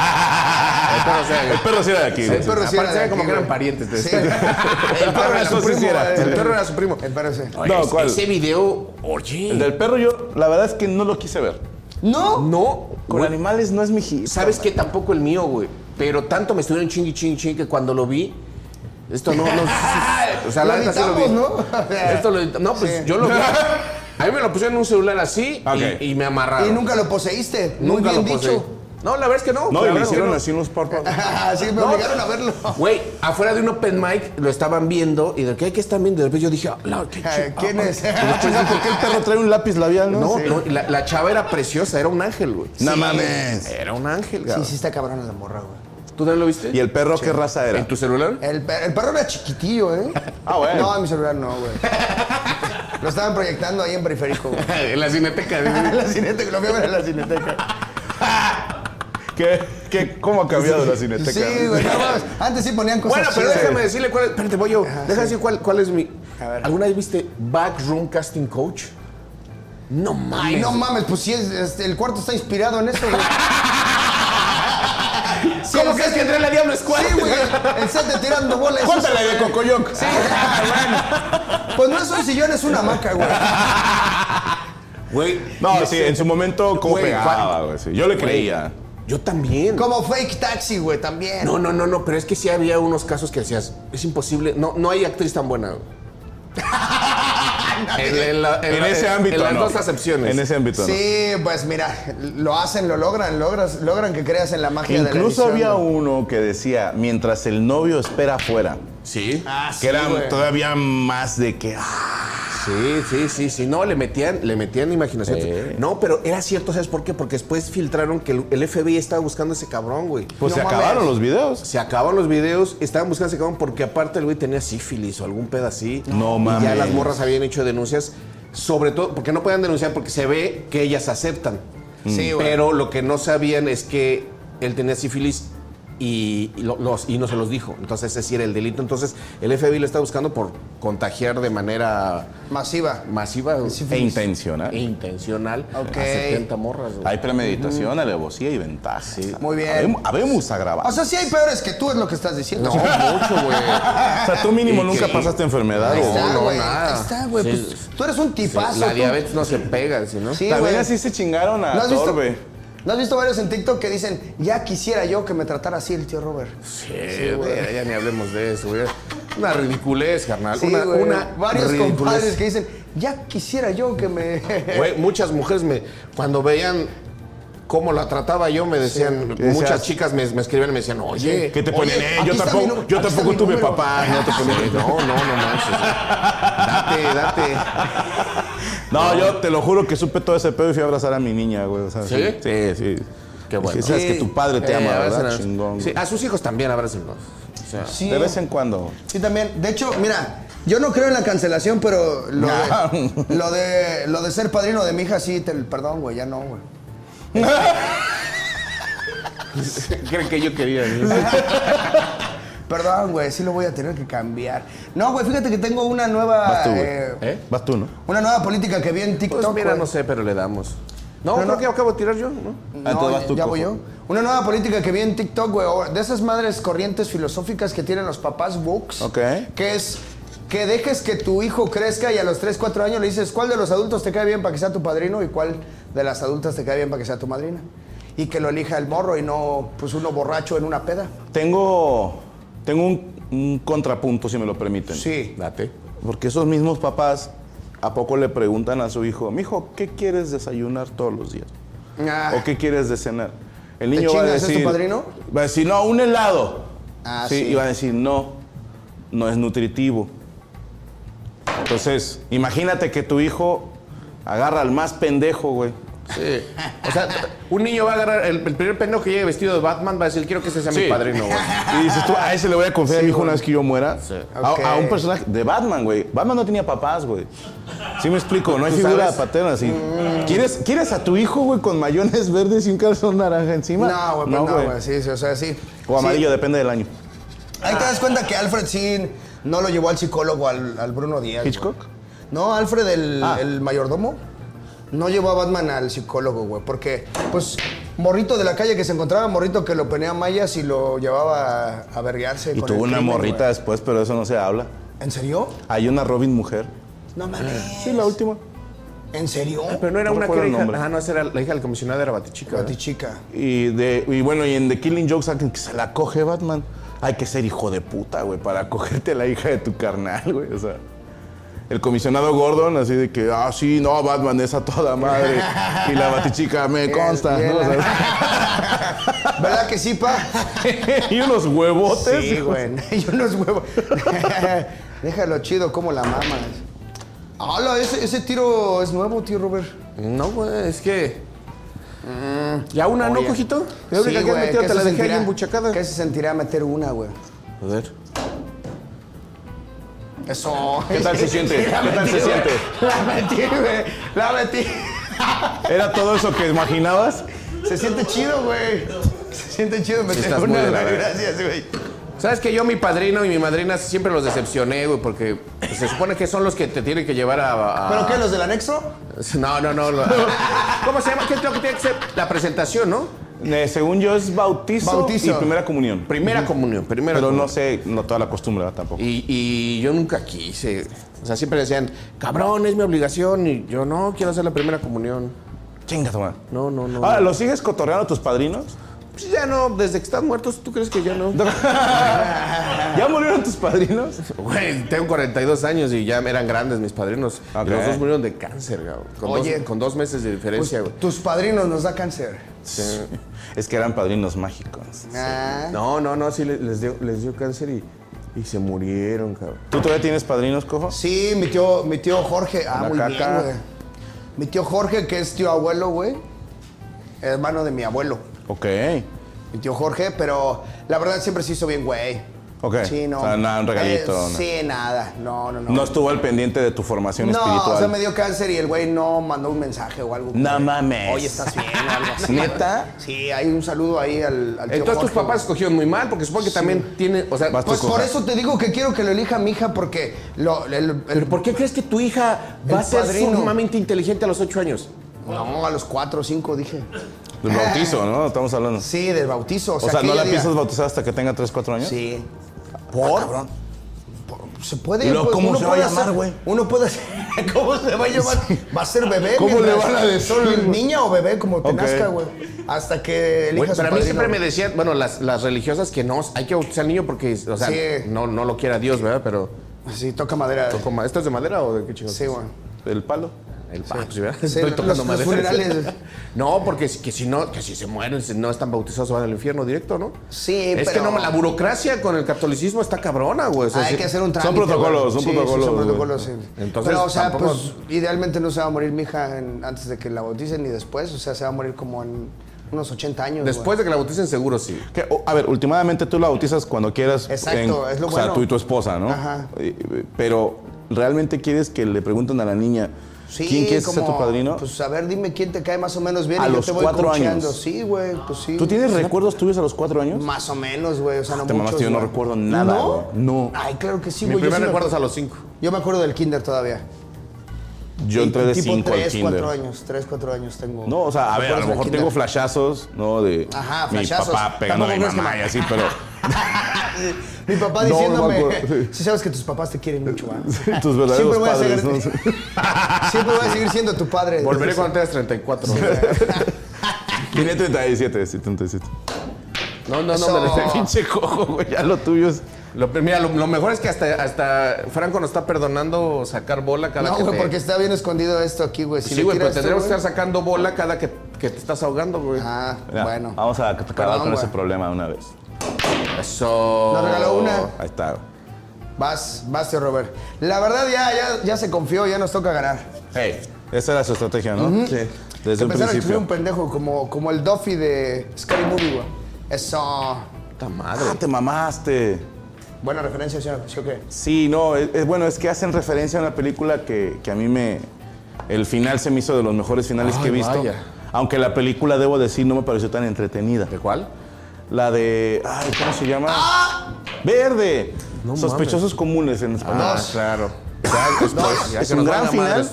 A: El perro sí era de aquí.
B: El perro sí era
G: Aparte,
B: de
G: era como
B: aquí,
G: que eran
B: güey.
G: parientes. te
B: Sí.
G: decía. El
D: Ah,
G: perro era su
D: pues,
A: Eso sí
G: primo.
A: era.
G: El perro era su primo.
B: El perro sí.
D: Oye,
A: No,
D: es-
A: ¿cuál?
D: Ese video, oye.
A: El del perro yo, la verdad es que no lo quise ver.
B: ¿No?
D: No,
A: Con
D: güey.
A: animales no es mi hit.
D: Sabes que tampoco el mío, güey. Pero tanto me estuvieron chingui chingui chingui que cuando lo vi. Esto no, no. o sea, la
B: Lo
D: neta sí lo vi.
B: editamos, ¿no?
D: Esto lo edit- No, pues
B: Sí.
D: yo lo vi. A mí me lo pusieron en un celular así y-
A: Ok.
D: y, me amarraron.
B: Y nunca lo poseíste. Muy
D: Nunca
B: bien
D: lo poseí.
B: dicho.
D: No, la verdad es que no.
A: No, y
D: la
A: le
D: verdad es que
A: hicieron
D: no.
A: así unos párpados.
B: sí, me obligaron a verlo.
D: Güey, afuera de un open mic lo estaban viendo y de que hay que estar viendo. Y de repente yo dije, ah, la, qué
B: Eh,
D: chi-
B: ¿Quién
D: ah,
B: es?
A: ¿Por qué pues el perro trae un lápiz labial, no?
D: No, no, y la, la chava era preciosa, era un ángel, güey.
A: No mames.
D: Era un ángel, güey.
B: Sí, sí está cabrón la morra, güey.
D: ¿Tú también lo viste?
A: ¿Y el perro qué raza era?
D: ¿En tu celular?
B: El, per- el perro era chiquitillo, ¿eh?
A: Ah, bueno.
B: No, en mi celular no, güey. Lo estaban proyectando ahí en periférico, güey.
G: En la cineteca.
B: En la cineteca, lo fui a ver en la cineteca.
A: ¿Qué, qué, ¿Cómo ha cambiado la cineteca?
B: Sí, güey, no mames. Antes sí ponían cosas
D: Bueno, pero
B: chidas.
D: déjame decirle cuál es. Espérate, voy yo.
B: Ajá,
D: Déjame
B: sí.
D: decir cuál, cuál es mi.
B: A ver.
D: ¿Alguna vez viste Backroom Casting Coach? No mames.
B: Ay, no mames, pues sí, es- es- el cuarto está inspirado en eso, güey. Sí,
D: ¿Cómo
B: el
D: crees
B: set-
D: que entré en la Diablo Squad?
B: Sí, güey, el set de tirando bolas.
A: Cuéntale de Cocoyoc.
B: Sí, bueno. Pues no es un sillón, es una hamaca, güey.
D: Güey.
A: No, sí, en su momento, ¿cómo
D: Güey,
A: pegaba,
D: Juan-
A: güey? Sí, Yo le creía.
D: Yo también.
B: Como fake taxi, güey, también.
D: No, no, no, no, pero es que sí había unos casos que decías, es imposible, no, no hay actriz tan buena. güey. en, en la- en
A: En
D: la-
A: ese
D: en-
A: ámbito,
D: En las
A: no.
D: dos acepciones.
A: En ese ámbito, no.
B: Sí, pues mira, lo hacen, lo logran, logras, logran que creas en la magia de la
A: Incluso
B: edición,
A: había
B: güey.
A: uno que decía, mientras el novio espera afuera.
D: Sí.
B: Ah, sí,
A: Que era
B: güey.
A: todavía más de que... ah,
D: Sí, sí, sí, sí. No, le metían, le metían imaginación. No, pero era cierto, ¿sabes por qué? Porque después filtraron que el, el FBI estaba buscando a ese cabrón, güey.
A: Pues
B: No
A: se
B: mames.
A: acabaron los videos.
D: Se acaban los videos, estaban buscando a ese cabrón porque aparte el güey tenía sífilis o algún pedo así.
A: No
D: y Ya
A: mames.
D: las morras habían hecho denuncias, sobre todo porque no podían denunciar porque se ve que ellas aceptan.
A: Mm.
B: Sí, güey.
D: Pero lo que no sabían es que él tenía sífilis y, y lo- los, y no se los dijo. Entonces ese sí era el delito. Entonces el FBI lo está buscando por contagiar de manera
B: Masiva.
D: masiva güey,
B: Sí,
A: E
B: feliz.
A: intencional.
D: e intencional
B: Ok.
D: a 70 morras. güey.
A: Hay premeditación, alevosía y ventaja.
B: Muy bien.
A: Habem- Habemos
B: O
A: agravado.
B: sea, sí hay peores que tú, es lo que estás diciendo.
D: No, mucho, güey.
A: O sea, tú mínimo
D: ¿Y
A: nunca
D: qué?
A: pasaste enfermedad.
B: Ahí
A: o-
B: está,
D: no,
B: güey.
D: nada.
B: Ahí está, güey.
D: Sí.
B: Pues, tú eres un tipazo.
D: La
B: tú.
D: diabetes no se pega, sino.
B: Sí,
A: También
B: güey.
A: así se chingaron a
B: ¿No has, visto,
A: Torbe.
B: ¿No has visto varios en TikTok que dicen, ya quisiera yo que me tratara así el tío Robert?
G: Sí, güey, ya ni hablemos de eso, güey. Una ridiculez, carnal.
B: Sí,
G: una,
B: güey.
G: una
B: varios
G: ridiculez.
B: compadres que dicen, ya quisiera yo que me...
G: Güey, muchas mujeres me, cuando veían cómo la trataba yo, me decían,
A: Que decías-
G: muchas chicas me, me escribían y me decían, oye,
A: Que te ponen,
B: oye,
A: eh, yo
B: aquí está mi
A: tampoco,
B: nu-
A: yo
B: aquí está
A: tampoco
B: mi
A: tuve
B: número.
A: papá. No te ponen.
G: no, no, no manches. Date, date.
A: No, yo te lo juro que supe todo ese pedo y fui a abrazar a mi niña, güey. o sea,
D: ¿Sí?
A: Sí, sí.
D: Qué bueno.
A: Que sabes que tu padre te
D: Eh,
A: ama, ¿verdad?
D: abrácenlos.
A: Chingón.
D: Sí,
A: güey.
D: a sus hijos también, abrácenlos. O sea,
B: Sí,
A: De vez en cuando.
B: sí, también. De hecho, mira, yo no creo en la cancelación, pero lo, de, lo, de, lo de ser padrino de mi hija, sí, te, perdón, güey, ya no, güey.
D: creen que yo quería.
B: Perdón, güey, sí lo voy a tener que cambiar. No, güey, fíjate que tengo una nueva.
A: Vas tú, güey.
B: eh,
D: ¿Eh?
A: Vas tú, ¿no?
B: Una nueva política que vi en TikTok.
D: Pues mira,
B: güey.
D: no sé, pero le damos. No,
B: Pero
D: creo
B: no-
D: que acabo de tirar yo, ¿no?
A: Ah,
B: No,
A: tú vas
B: ya-
A: tú,
B: ya voy
A: cojo.
B: yo. Una nueva política que vi en TikTok, güey, o de esas madres corrientes filosóficas que tienen los papás books.
A: Ok.
B: Que es que dejes que tu hijo crezca y a los 3, 4 años le dices cuál de los adultos te cae bien para que sea tu padrino y cuál de las adultas te cae bien para que sea tu madrina. Y que lo elija el morro y no, pues, uno borracho en una peda.
A: Tengo, tengo un, un contrapunto, si me lo permiten.
B: Sí.
D: Date.
A: Porque esos mismos papás, ¿a poco le preguntan a su hijo, mijo, ¿qué quieres desayunar todos los días?
B: Ah,
A: ¿O qué quieres de cenar? El niño va a
B: chingas, ¿es tu
A: decir.
B: padrino?
A: Va a decir, no, un helado.
B: Ah,
A: sí,
B: sí.
A: Y va a decir, no, no es nutritivo. Entonces, imagínate que tu hijo agarra al más pendejo, güey.
D: Sí. O sea, un niño va a agarrar, el, el primer pendejo que llegue vestido de Batman va a decir, quiero que ese sea mi padrino, güey.
A: Y dices tú, a ese le voy a confiar a mi hijo una vez que yo muera. A,
B: Ok.
A: a un personaje de Batman, güey. Batman no tenía papás, güey. ¿Sí me explico? No hay figura
D: sabes?
A: paterna así.
B: Mm.
A: ¿Quieres, ¿Quieres a tu hijo, güey, con mayones verdes y un calzón naranja encima?
B: No, güey, pues no, güey, sí, sí, o sea, sí.
A: O amarillo,
B: Sí.
A: depende del año.
B: Ahí te das cuenta que Alfred sí no lo llevó al psicólogo, al, al Bruno Díaz. güey.
A: ¿Hitchcock?
B: No, Alfred, el,
A: Ah.
B: el mayordomo, no llevó a Batman al psicólogo, güey. Porque, pues, morrito de la calle que se encontraba, morrito que lo ponía mayas y lo llevaba a, a verguearse.
A: Y
B: con
A: tuvo
B: el
A: una
B: crimen,
A: morrita
B: güey.
A: después, pero eso no se habla.
B: ¿En serio?
A: Hay una Robin mujer.
B: No mames.
A: Sí, la última.
B: ¿En serio?
D: Pero no era
A: No
D: una que
A: recuerdo
D: era
A: el
D: hija.
A: nombre.
D: Ah, no, esa era la hija del comisionado, era Batichica. ¿verdad?
B: Batichica.
A: Y, de, y bueno, y en The Killing Joke saquen que se la coge Batman. Hay que ser hijo de puta, güey, para cogerte la hija de tu carnal, güey. O sea, el comisionado Gordon, así de que, ah, sí, no, Batman es a toda madre. Y la batichica, me consta,
B: bien,
A: ¿no? O sea,
B: ¿Verdad que sí, pa?
A: y unos huevotes.
B: Sí, güey. Yo no es huevo. Déjalo chido, como la mamas. Hola, ese, ese tiro es nuevo, tío Robert.
D: No, güey, es que.
B: Pues,
D: ¿Ya una, no,
B: Oye.
D: cojito?
B: Sí,
D: La única que has
B: güey,
D: metido
B: ¿qué
D: te
B: se
D: la dejé ahí
B: sentirá-
D: embuchacada.
B: ¿Qué se sentirá meter una, güey?
D: A ver.
B: Eso.
A: ¿Qué tal se siente? ¿Qué tal se siente?
B: La metí, güey. La metí.
A: ¿Era todo eso que imaginabas?
B: Se siente chido, güey. Se siente chido meter
D: estás muy
B: una,
D: de la
B: güey.
D: verga.
B: Gracias, güey.
D: ¿Sabes que yo, mi padrino y mi madrina siempre los decepcioné, güey? Porque pues, se supone que son los que te tienen que llevar a. a-
B: ¿Pero qué, los del anexo?
D: No, no, no. lo- ¿Cómo se llama? ¿Qué es lo que tiene que ser? La presentación, ¿no?
A: Eh, según yo, es bautizo,
B: Bautizo.
A: y primera comunión.
D: Primera comunión, primera
A: Pero no
D: comunión.
A: sé, no toda la costumbre ¿verdad? tampoco.
D: Y, y yo nunca quise. O sea, siempre decían, cabrón, es mi obligación. Y yo, no, quiero hacer la primera comunión.
A: Chinga tu madre.
D: No, no, no.
A: Ahora, Ah, ¿lo sigues cotorreando a tus padrinos?
D: Pues ya no, desde que están muertos, ¿tú crees que ya no?
A: ¿Ya murieron tus padrinos?
D: Güey, tengo 42 años y ya eran grandes mis padrinos. Y
A: Ok.
D: los dos murieron de cáncer, cabrón. Con,
B: Oye.
D: dos, con dos meses de
B: Pues,
D: diferencia, güey.
B: tus padrinos nos da cáncer.
A: Es que eran padrinos mágicos.
B: Ah.
D: No, no, no, sí le- les dio, les dio cáncer y, y se murieron, cabrón.
A: ¿Tú todavía tienes padrinos, cojo?
B: Sí, mi tío, mi tío Jorge. Ah,
A: Una
B: muy
A: caca.
B: bien, güey. Mi tío Jorge, que es tío abuelo, güey. Hermano de mi abuelo.
A: Ok.
B: Mi tío Jorge, pero la verdad siempre se hizo bien, güey.
A: Ok.
B: Sí, no.
A: O sea, nada, un regalito,
B: Eh,
A: no.
B: Sí, nada. No, no, no.
A: No estuvo al pendiente de tu formación
B: No,
A: espiritual.
B: o sea, me dio cáncer y el güey no mandó un mensaje o algo.
A: No
B: Como,
A: mames.
B: Oye, estás bien o algo así.
A: ¿Neta?
B: Sí, hay un saludo ahí al, al tío
D: Entonces tus
B: Jorge,
D: papás
B: güey.
D: escogieron muy mal, porque supongo que también tiene. O sea,
A: Vas tú,
B: Pues
A: coja.
B: por eso te digo que quiero que lo elija mi hija porque lo, el, el-
D: ¿Pero por qué crees que tu hija
B: El
D: va a ser
B: padrino.
D: sumamente inteligente a los 8 años?
B: No, a los cuatro o cinco dije.
A: Del bautizo, ¿no? Estamos hablando.
B: Sí, del bautizo. O
A: o
B: sea,
A: sea,
B: que
A: ¿no
B: ella
A: la
B: diga-
A: piensas bautizar hasta que tenga 3, 4 años?
B: Sí.
A: ¿Por?
B: Se puede.
A: ¿Y luego
B: pues,
A: cómo
B: uno
A: se va a
B: puede
A: llamar,
B: hacer-
A: güey?
B: Uno puede hacer. ¿Cómo se va a llamar? Va a ser bebé.
A: ¿Cómo le
B: mientras-
A: van a decir,
B: solo
A: güey?
B: niña o bebé, como te
A: Ok.
B: nazca, güey. Hasta que elijas
D: Bueno,
B: su
D: pero a mí siempre me
B: padrino.
D: decían, bueno, las, las religiosas que no, hay que bautizar al niño porque, o sea,
B: Sí.
D: no, no lo quiera Dios, ¿verdad? Pero,
B: Sí, toca madera.
D: ¿esto es de madera o de qué chingados?
B: Sí, güey.
A: ¿El palo?
D: El pan, pues, ¿verdad?
B: Sí,
D: Estoy
B: los-
D: tocando
B: los
D: madera.
B: funerales.
D: No, porque si- que si no, que si se mueren, si no están bautizados, se van al infierno directo, ¿no?
B: Sí,
D: Es que
B: pero-
D: no, la burocracia con el catolicismo está cabrona, güey. O sea,
B: hay
D: sí-
B: que hacer un
A: son
B: trámite.
A: protocolos,
B: güey.
A: son
B: Sí, sí,
A: protocolos,
B: Son
A: güey.
B: protocolos, sí.
D: Entonces,
B: Pero, o sea,
D: tampoco-
B: pues idealmente no se va a morir mi hija en- antes de que la bauticen ni después. O sea, se va a morir como en unos 80 años. güey.
D: Después de que la bauticen, seguro sí.
A: Que, o- a ver, últimamente tú la bautizas cuando quieras.
B: Exacto, es lo
A: O sea,
B: bueno.
A: tú y tu esposa, ¿no?
B: Ajá.
A: Eh, eh, Pero, ¿realmente quieres que le pregunten a la niña
B: Sí,
A: quién quieres ser
B: como,
A: tu padrino?
B: Pues a ver, dime quién te cae más o menos bien.
A: A
B: y
A: los
B: yo te voy
A: cuatro
B: coacheando.
A: años.
B: Sí, güey, pues sí.
A: ¿Tú tienes recuerdos tuyos a los cuatro años?
B: Más o menos, güey. O sea, no
A: Te mamaste,
B: muchos,
A: yo no
B: güey.
A: recuerdo nada,
B: ¿No?
A: güey. No.
B: Ay, claro que sí,
D: Mi
B: güey. Yo,
D: primer
B: sí me
D: recuerdo es a
B: acuerdo-
D: los cinco.
B: yo me acuerdo del kinder todavía.
A: Yo entré de
B: tipo
A: cinco al
B: 3, 4
A: kinder.
B: años. 3, 4 años tengo.
A: No, o sea, a ver, a lo
B: recuerdos del
A: mejor
B: kinder.
A: tengo flashazos, ¿no? De
B: Ajá,
A: mi
B: flashazos.
A: papá pegando a mi
B: Tampoco crees que
A: mamá
B: ma-
A: y así, pero
B: Mi papá
A: No, no me
B: diciéndome,
A: acuerdo.
B: si sabes que tus papás te quieren mucho, ¿ah?"
A: tus verdaderos
B: Siempre voy a
A: padres,
B: seguir-
A: ¿no?
B: Siempre voy a seguir siendo tu padre.
D: Volveré cuando tengas 34.
A: Tiene 37, sí, 37.
D: No, no, no,
B: Eso.
D: me lo estoy-
A: Pinche cojo, güey, ya lo tuyo es...
D: Lo, mira, lo, lo mejor es que hasta, hasta Franco nos está perdonando sacar bola cada
B: No,
D: que
B: güey,
D: te-
B: porque está bien escondido esto aquí, güey. Si
D: Sí,
B: le
D: güey, pero
A: pues
B: tiras tú,
D: tendremos que
B: güey.
D: estar sacando bola cada que, que te estás ahogando, güey.
B: Ah,
A: Mira,
B: bueno.
A: Vamos a acabar
B: Perdón,
A: con
B: güey.
A: ese problema una vez.
D: Eso.
B: Nos regaló una.
A: Ahí está. güey.
B: Vas, vas, tío Robert. La verdad, ya, ya, ya se confió, ya nos toca ganar.
A: Hey, esa era su estrategia, ¿no? Sí. Desde un
B: Empezaron a escribir
A: principio.
B: un pendejo como, como el Duffy de Scary Movie, güey. Eso.
D: Puta
A: Ah,
D: madre.
A: te mamaste.
B: Buena referencia, señor. ¿Sí o qué?
A: Sí, no, es, es- bueno, es que hacen referencia a una película que, que a mí me... El final se me hizo de los mejores finales que he visto.
D: vaya.
A: Aunque la película, debo decir, no me pareció tan entretenida.
D: ¿De cuál?
A: La de... Ay, ¿cómo se llama? ¡Verde! Sospechosos comunes en español.
D: Ah, claro. Ya, después, ya
A: Es
D: que
A: un
D: nos
A: gran
D: valga madre,
A: final.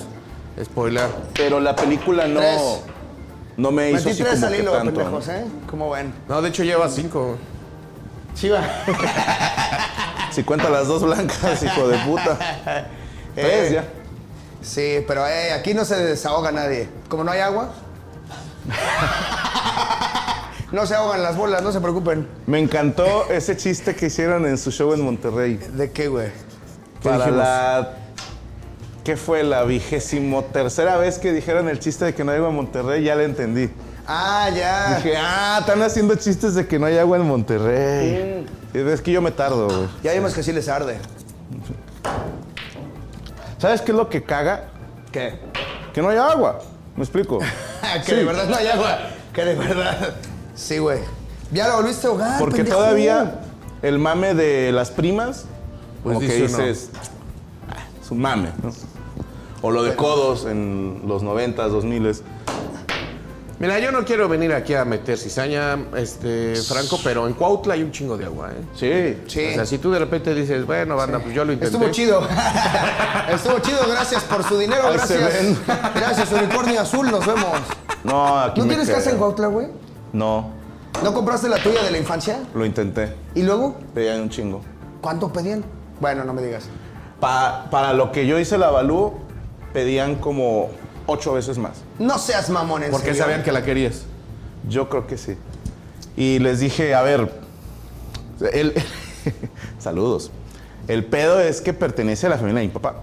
D: es- Spoiler.
A: Pero la película no...
B: Tres.
A: No me hizo así
B: Metí tres
A: como
B: al
A: que
B: hilo,
A: tanto.
B: pendejos, ¿eh? ¿Cómo ven? Eh,
D: No, de hecho lleva cinco.
B: Chiva.
A: Si cuenta las dos blancas, hijo de puta. Tres
B: Eh.
A: ya.
B: Sí, pero eh, aquí no se desahoga nadie. Como no hay agua. no se ahogan las bolas, no se preocupen.
A: Me encantó ese chiste que hicieron en su show en Monterrey.
B: ¿De qué, güey?
A: Para la. ¿Qué fue? La vigésimo tercera vez que dijeron el chiste de que no hay agua en Monterrey, ya le entendí.
B: Ah, ya.
A: Dije, ah, están haciendo chistes de que no hay agua en Monterrey. Es que yo me tardo, güey.
B: Ya vimos que sí les arde.
A: ¿Sabes qué es lo que caga?
B: ¿Qué?
A: Que no hay agua. ¿Me explico?
B: que de verdad no hay agua. Que de verdad. Sí, güey. Ya lo volviste a ahogar.
A: Porque
B: pendejo.
A: todavía el mame de las primas,
D: Pues
A: como que
D: dice uno.
A: dices, "Ah, es un mame, ¿no? O lo de codos en los 90s, 2000s.
D: Mira, yo no quiero venir aquí a meter cizaña, este, Franco, pero en Cuautla hay un chingo de agua, ¿eh?
A: Sí.
B: Sí.
D: O sea, si tú de repente dices, bueno, banda, pues yo lo intenté.
B: Estuvo chido. Estuvo chido, gracias por su dinero,
A: Ahí se
B: gracias. Gracias, unicornio azul, nos vemos.
A: No, aquí
B: ¿No
A: me
B: tienes casa
A: quedé.
B: en Cuautla, güey?
A: No,
B: ¿No compraste la tuya de la infancia?
A: lo intenté.
B: ¿Y luego?
A: Pedían un chingo.
B: ¿Cuánto pedían? Bueno, no me digas.
A: Pa- para lo que yo hice el avalúo, pedían como ocho veces más.
B: No seas mamón, en
D: Porque
B: serio.
D: sabían que la querías.
A: Yo creo que sí. Y les dije, a ver, el- saludos. El pedo es que pertenece a la familia de mi papá.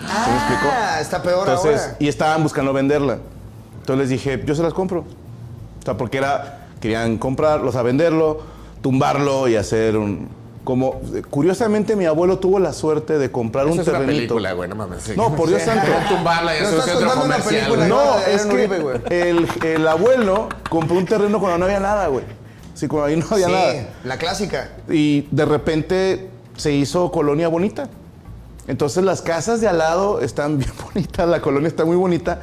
A: ¿Sí me explico?
B: Ah, está peor
A: Entonces,
B: ahora.
A: y estaban buscando venderla. Entonces les dije, yo se las compro. O sea, porque era, querían comprarlo, o sea, venderlo, tumbarlo y hacer un... Como, curiosamente, mi abuelo tuvo la suerte de comprar
D: Eso
A: un
D: es una
A: terrenito.
D: película, güey, no mames. sí.
A: No, por Dios santo.
D: No tumbarla y
B: No
D: hacer un
B: estás
D: centro
B: contando una
D: comercial.
B: película,
D: No,
A: No,
B: Ah, era
A: es
B: un Uribe, güey.
A: que el, el abuelo compró un terreno cuando no había nada, güey. Sí, cuando ahí no había
B: sí,
A: nada.
B: la clásica.
A: Y de repente se hizo colonia bonita. Entonces las casas de al lado están bien bonitas, la colonia está muy bonita.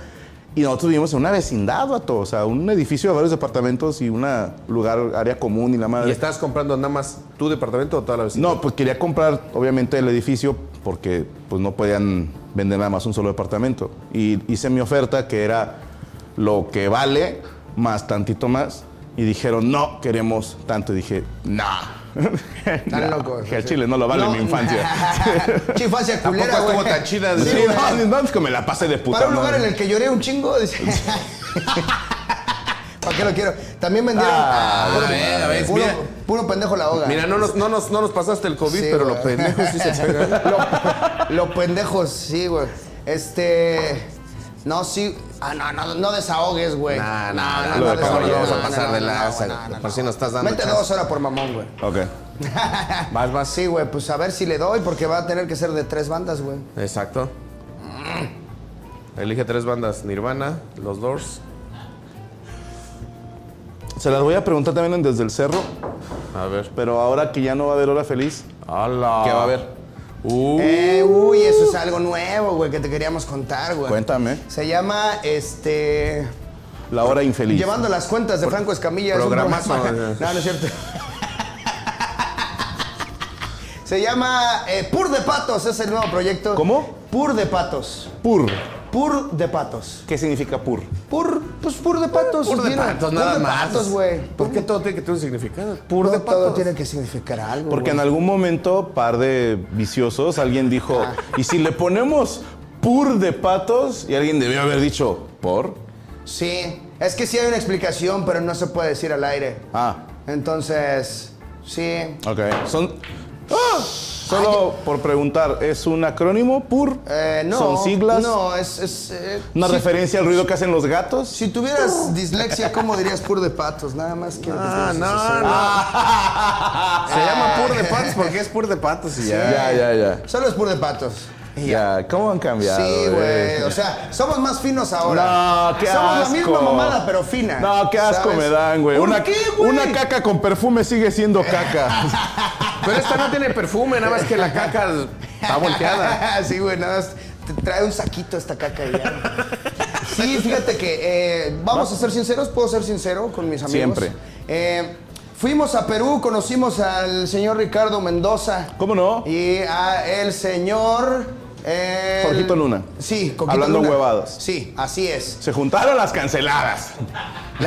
A: Y nosotros vivimos en una vecindad, vato. O sea, un edificio de varios departamentos y una lugar, área común y la madre.
D: ¿Y estabas comprando nada más tu departamento o toda la vecindad?
A: No, pues quería comprar, obviamente, el edificio porque pues no podían vender nada más un solo departamento. Y hice mi oferta que era lo que vale más tantito más. Y dijeron, no queremos tanto. Y dije, nah.
B: Están locos.
A: Que al
B: sí.
A: Chile no lo vale
B: No.
A: mi infancia.
B: Che, infancia culera,
D: Tampoco estuvo
B: güey.
D: tan chida.
A: Sí,
D: Sí,
A: no, no, es que me la pasé de puta
B: Para un lugar en
A: madre.
B: el que lloré un chingo, dice. ¿Para qué lo quiero? También vendieron.
D: Ah, a ver, a ver,
B: puro,
D: mira.
B: puro pendejo la hoga.
D: Mira, no nos, no, nos, no nos pasaste el COVID,
B: Sí,
D: pero
B: güey.
D: los pendejos sí se pegan.
B: Lo, lo pendejos, sí, güey. Este. No, sí. Ah, no, no, no desahogues, güey.
E: Nah,
B: no,
E: nah,
B: no,
E: lo de
B: desahogues,
A: Pablo lo vamos a
B: no,
E: pasar
B: no,
E: de
B: no,
E: lanza,
B: no,
E: güey.
B: no, no,
E: Por
B: no.
E: si nos estás dando
B: Mete
E: chance.
B: dos horas por mamón, güey.
A: Ok.
E: Vas, vas.
B: Sí, güey, pues a ver si le doy, porque va a tener que ser de tres bandas, güey.
E: Uh. Exacto. Elige tres bandas: Nirvana, Los Doors.
A: Se las voy a preguntar también en desde el cerro,
E: A ver.
A: pero ahora que ya no va a haber hora feliz,
E: ¡Hala!
A: ¿qué va a haber?
B: Eh, uy, eso es algo nuevo, güey, que te queríamos contar, güey.
A: Cuéntame.
B: Se llama, este...
A: La hora infeliz.
B: Llevando las cuentas de Franco Escamilla. es un
E: programazo.
B: programa- No, no es cierto. Se llama eh, Pur de Patos, es el nuevo proyecto.
A: ¿Cómo?
B: Pur de Patos.
A: Pur.
B: Pur de Patos.
A: ¿Qué significa pur?
B: Pur, pues pur de patos.
E: Pur de
B: mira,
E: patos,
B: pur
E: nada
B: de
E: más.
B: patos, güey.
E: ¿Por qué todo tiene que tener un significado?
B: Pur
E: Todo-
B: de patos. Todo
E: todo
B: tiene que significar algo.
A: Porque en
B: güey.
A: algún momento, par de viciosos, alguien dijo,
E: Ah.
A: ¿y si le ponemos pur de patos? Y alguien debió haber dicho, ¿por?
B: Sí, es que sí hay una explicación, pero no se puede decir al aire.
A: Ah,
B: Entonces, sí.
A: ok. Son. ¡Ah! Solo por preguntar, ¿es un acrónimo pur?
B: Eh, no.
A: ¿Son siglas?
B: No, es. es, eh,
A: ¿Una
B: sí.
A: referencia al ruido que hacen los gatos?
B: Si tuvieras dislexia, ¿cómo dirías pur de patos? Nada más quiero que
E: Ah,
B: pienses
E: no,
B: eso.
E: no. Se llama Pur de Patos porque es Pur de Patos y ya.
A: Ah. Ya, ya, ya.
B: Solo es pur de patos.
A: Ya, ¿cómo han cambiado?
B: sí, güey. O sea, somos más finos ahora.
A: No, qué
B: Somos la
A: asco.
B: misma mamada, pero fina.
A: No, qué asco
B: ¿sabes?
A: me dan, güey.
B: ¿Por
A: Una,
B: qué, güey?
A: una caca con perfume sigue siendo caca.
E: Pero esta no tiene perfume, nada más que la caca está volteada.
B: sí, güey, nada más te trae un saquito esta caca y ya. Sí, fíjate que eh, vamos a ser sinceros, puedo ser sincero con mis amigos.
A: Siempre.
B: Eh, fuimos a Perú, conocimos al señor Ricardo Mendoza.
A: ¿Cómo no?
B: Y a el señor. eh,
A: Jorgito Luna.
B: Sí, Coquito
A: Hablando
B: Luna.
A: huevadas.
B: Sí, así es.
A: Se juntaron las canceladas.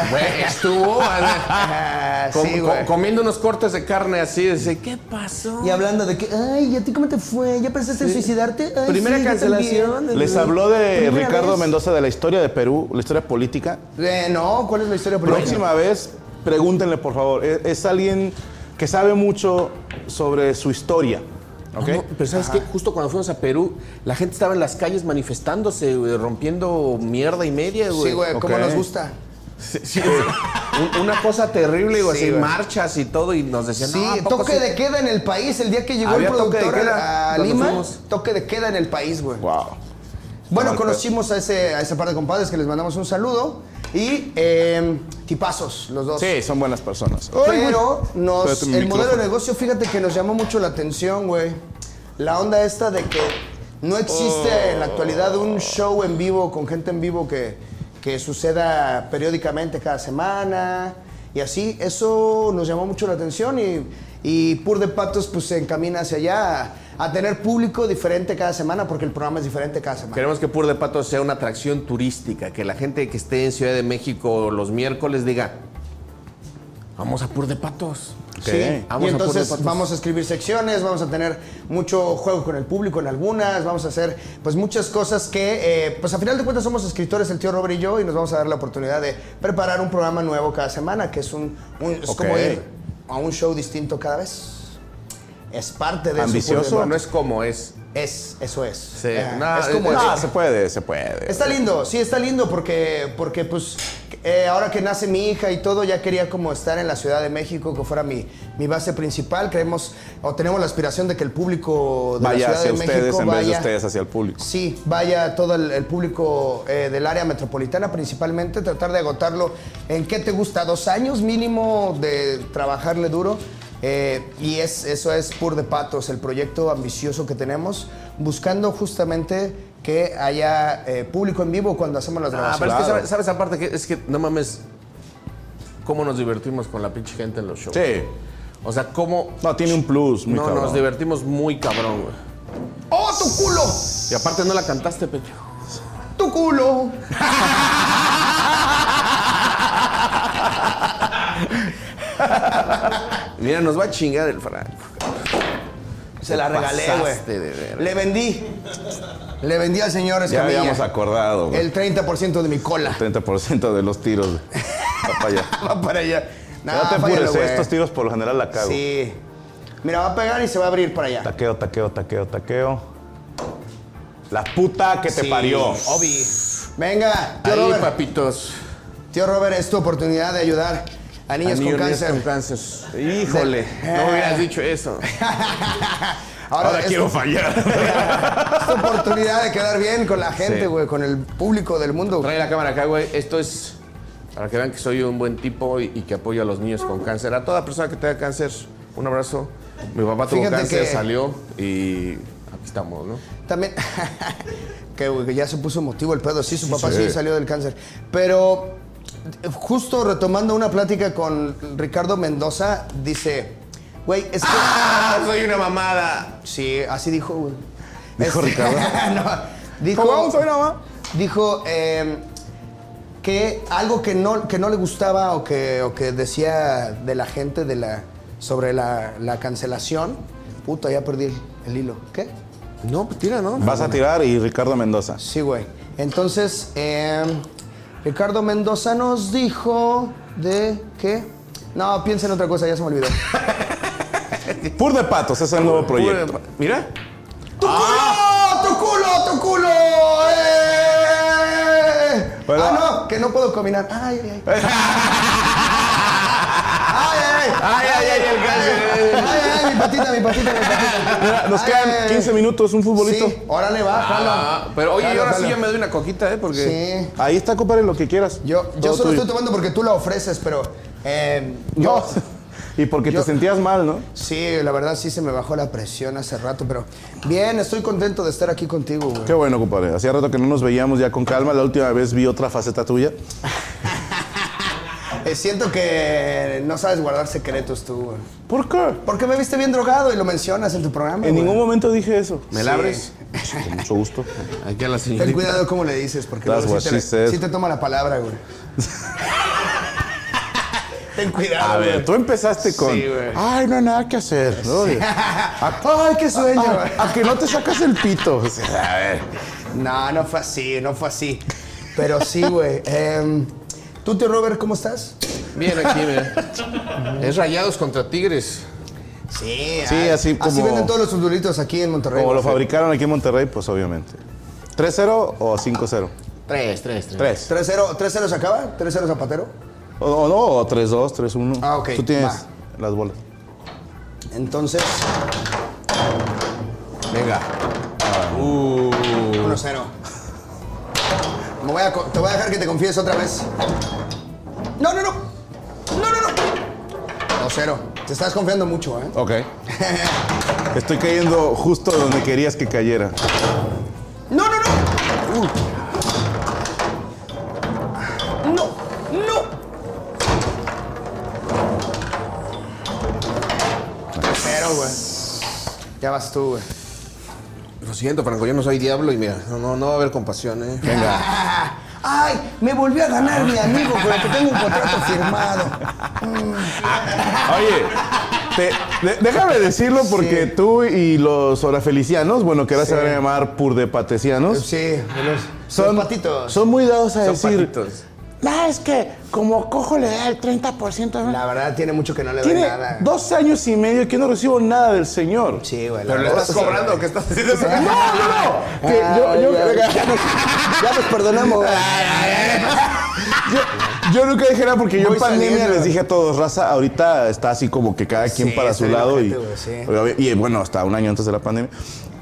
E: Güey, estuvo a-
B: Ah,
E: com-
B: sí,
E: com-
B: güey.
E: comiendo unos cortes de carne así. Dice, ¿qué pasó?
B: Y hablando de que, ay, ¿y a ti cómo te fue? ¿Ya pensaste en suicidarte? Ay,
E: Primera
B: sí, yo
E: cancelación.
B: también.
A: Les habló de
B: Primera
A: Ricardo
B: vez.
A: Mendoza de la historia de Perú, la historia política.
B: Eh, no, ¿cuál es la historia política?
A: Próxima vez, pregúntenle, por favor. Es, es alguien que sabe mucho sobre su historia. ¿Ok?
E: No, pero sabes que justo cuando fuimos a Perú, la gente estaba en las calles manifestándose, güey, rompiendo mierda y media,
B: Sí,
E: güey.
B: güey, como
A: Ok.
B: nos gusta.
E: Sí, güey. Un- una cosa terrible, güey,
B: Sí,
E: así
B: güey.
E: marchas y todo, y nos decían,
B: Sí,
E: "No, ¿a poco
B: toque
E: sí?".
B: de queda en el país. El día que llegó el
E: Había toque de
B: productor
E: queda
B: a, a
E: cuando
B: Lima,
E: fuimos.
B: toque de queda en el país, güey.
A: Wow.
B: Bueno,
A: mal
B: conocimos a ese, a ese par de compadres que les mandamos un saludo. Y eh, tipazos, los dos.
A: Sí, son buenas personas.
B: Pero nos,
A: Espérate, mi
B: el modelo de
A: micrófono.
B: negocio, fíjate que nos llamó mucho la atención, güey. La onda esta de que no existe
A: Oh.
B: en la actualidad un show en vivo con gente en vivo que, que suceda periódicamente cada semana y así. Eso nos llamó mucho la atención y, y Pur de Patos pues se encamina hacia allá a, a tener público diferente cada semana porque el programa es diferente cada semana.
E: Queremos que Pur de Patos sea una atracción turística, que la gente que esté en Ciudad de México los miércoles diga, vamos a Pur de Patos.
B: Sí,
E: Vamos
B: y
E: a
B: entonces
E: Pur de Patos.
B: vamos a escribir secciones, vamos a tener mucho juego con el público en algunas, vamos a hacer pues muchas cosas que, eh, pues a final de cuentas somos escritores, el tío Robert y yo, y nos vamos a dar la oportunidad de preparar un programa nuevo cada semana, que es un, un- es como
A: Ok.
B: ir a un show distinto cada vez. Es parte de eso.
E: Ambicioso,
B: por
E: no
B: demás.
E: es como es.
B: Es, eso es. Ajá.
E: no,
B: es como
E: no,
B: eso.
A: Ah, se puede, se puede.
B: Está lindo, sí, está lindo porque, porque pues, eh, ahora que nace mi hija y todo, ya quería como estar en la Ciudad de México, que fuera mi, mi base principal. Creemos o tenemos la aspiración de que el público de
A: Vaya
B: la Ciudad
A: hacia
B: de México
A: ustedes en
B: vaya,
A: vez de ustedes hacia el público.
B: Sí, vaya todo el, el público eh, del área metropolitana principalmente, tratar de agotarlo. ¿En qué te gusta? ¿Dos años mínimo de trabajarle duro? Eh, y es, eso es Pur de Patos, el proyecto ambicioso que tenemos, buscando justamente que haya eh, público en vivo cuando hacemos las
E: Ah, pero
B: grabaciones.
E: es que sabes, sabes aparte que es que no mames cómo nos divertimos con la pinche gente en los shows.
A: Sí.
E: O sea, cómo
A: No, tiene un plus, muy
E: no
A: cabrón.
E: nos divertimos muy cabrón, güey.
B: ¡Oh, tu culo!
E: Y aparte no la cantaste, pecho.
B: ¡Tu culo!
E: Mira, nos va a chingar el Franco.
B: Se la
E: Te
B: regalé,
E: pasaste de
B: güey.
E: verga.
B: Le vendí. Le vendí al señor
A: Ya
B: Escamilla.
A: habíamos acordado, güey.
B: el 30% de mi cola.
A: 30% de los tiros. güey. Va para allá.
B: Va para allá. Nah,
A: no te
B: fállale,
A: apures, ¿eh?
B: güey.
A: estos tiros por lo general la cago.
B: Sí. Mira, va a pegar y se va a abrir para allá.
A: Taqueo, taqueo, taqueo, taqueo. La puta que te
B: Sí, Oh,
A: parió.
B: Obi. Venga, tío
D: Ahí,
B: Robert.
D: papitos.
B: Tío Robert, es tu oportunidad de ayudar a niños
D: Niños
B: con cáncer.
D: con cáncer. Híjole, no hubieras dicho eso.
B: Ahora, es,
D: fallar.
B: es tu oportunidad de quedar bien con la gente,
D: Sí.
B: güey, con el público del mundo.
D: Trae la cámara acá, güey. Esto es para que vean que soy un buen tipo y, y que apoyo a los niños con cáncer. A toda persona que tenga cáncer, un abrazo. Mi papá tuvo
B: Fíjate
D: cáncer,
B: que-
D: salió y aquí estamos, ¿no?
B: También. que güey, ya se puso emotivo el pedo. Sí, su papá sí. salió del cáncer. Pero eh, justo retomando una plática con Ricardo Mendoza, dice. Güey, es que.
D: ¡Ah! Soy una mamada.
B: Sí, así dijo, güey. Dijo Ricardo. no, dijo.
H: ¿Cómo vamos hoy, mamá?
B: Dijo eh, que algo que no, que no le gustaba o que, o que decía de la gente de la, sobre la, la cancelación. Puta, ya perdí el, el hilo. ¿Qué?
E: No, pues tira, ¿no?
A: Vas a tirar y Ricardo Mendoza.
B: Sí, güey. Entonces, eh, Ricardo Mendoza nos dijo de que. No, piensa en otra cosa, ya se me olvidó.
A: Pur de Patos es el nuevo proyecto.
D: Mira.
B: ¡Tu culo! Ah, ¡Tu culo! ¡Tu culo! ¡Eh!
A: Bueno.
B: Ah, no, que no puedo combinar. Ay, ay, ay. Ay, ay,
D: Ay, ay, ay, el cáncer.
B: Ay, ay, mi patita, mi patita, mi patita.
A: Mira, nos
B: Ay, ay,
A: quedan
B: ay.
A: 15 minutos, un futbolito.
B: Sí, órale, va,
D: Ah,
B: jalo.
D: pero oye,
B: Jalo,
D: yo ahora sí
B: jalo.
D: ya me doy una coquita, ¿eh? Porque.
B: Sí.
A: Ahí está, compadre, lo que quieras.
B: Yo, yo
A: Todo
B: solo
A: tuyo.
B: estoy tomando porque tú la ofreces, pero. eh,
A: No.
B: yo.
A: Y porque
B: Yo-
A: te sentías mal, ¿no?
B: Sí, la verdad sí se me bajó la presión hace rato, pero. Bien, estoy contento de estar aquí contigo, güey.
A: Qué bueno, compadre. Hacía rato que no nos veíamos ya con calma. La última vez vi otra faceta tuya.
B: Eh, siento que no sabes guardar secretos tú, güey.
A: ¿Por qué?
B: Porque me viste bien drogado y lo mencionas en tu programa.
A: En
B: güey.
A: ningún momento dije eso.
D: ¿Me la abres?
A: Con mucho gusto.
D: Aquí a la señorita.
B: Ten cuidado cómo le dices, porque
A: That's
B: luego
A: what
B: sí,
A: she
B: te,
A: said.
B: sí te toma la palabra, güey. Ten cuidado,
A: A ver,
B: güey.
A: tú empezaste con. Ay, no hay nada que hacer. ¿no? A- Ay, qué sueño. A, a que no te sacas el pito. O sea, a ver.
B: No, no fue así, no fue así. Pero sí, güey. Em, ¿Tú, tío Robert, cómo estás?
D: Bien aquí, mira. es rayados contra tigres.
B: Sí,
A: Sí, así
B: Así
A: como-
B: venden todos los futbolitos aquí en Monterrey.
A: Como lo
B: güey.
A: fabricaron aquí en Monterrey, pues obviamente. ¿3-0 o 5-0?
D: Tres, tres, tres.
A: 3.
B: 3-0, 3-0 se acaba, 3-0 Zapatero.
A: O, o no, o 3-2, 3-1.
B: Ah, ok,
A: Tú tienes
B: va.
A: las bolas.
B: Entonces,
D: Venga.
A: Uh.
B: 1-0. Me voy a co- te voy a dejar que te confíes otra vez. No, no, no. No, no, no. 2-0. Te estás confiando mucho, ¿eh?
A: Ok. Estoy cayendo justo donde querías que cayera.
B: No, no, no. No, no. Pero, güey. Ya vas tú, güey.
E: Lo siento, Franco, yo no soy diablo y mira, no, no, no va a haber compasión, ¿eh?
B: Ah, Ay, me volvió a ganar mi amigo con el que tengo un contrato firmado.
A: Oye, te- de- déjame decirlo porque tú y los orafelicianos, bueno, que ahora se van a llamar purdepatesianos,
B: Sí, los,
A: son,
B: los patitos.
A: son muy dados a
D: Son
A: decir.
D: patitos.
A: "Nah, es que como cojo le da el 30%.
B: La verdad, tiene mucho que no le doy
A: Tiene
B: nada.
A: dos años y medio que no recibo nada del señor.
B: Sí, güey. la
D: Pero le
B: verdad,
D: estás
B: sí.
D: cobrando, ¿qué estás haciendo?
A: No, no, no. Que
B: Ah,
A: yo, yo-
B: ya, ya nos, ya nos perdonamos.
A: yo- yo nunca dije nada porque yo
B: Voy
A: en pandemia
B: saliendo.
A: les dije a todos, raza, ahorita está así como que cada quien
B: Sí,
A: para su
B: está bien
A: lado y,
B: ojete,
A: y, eh, bueno, hasta un año antes de la pandemia.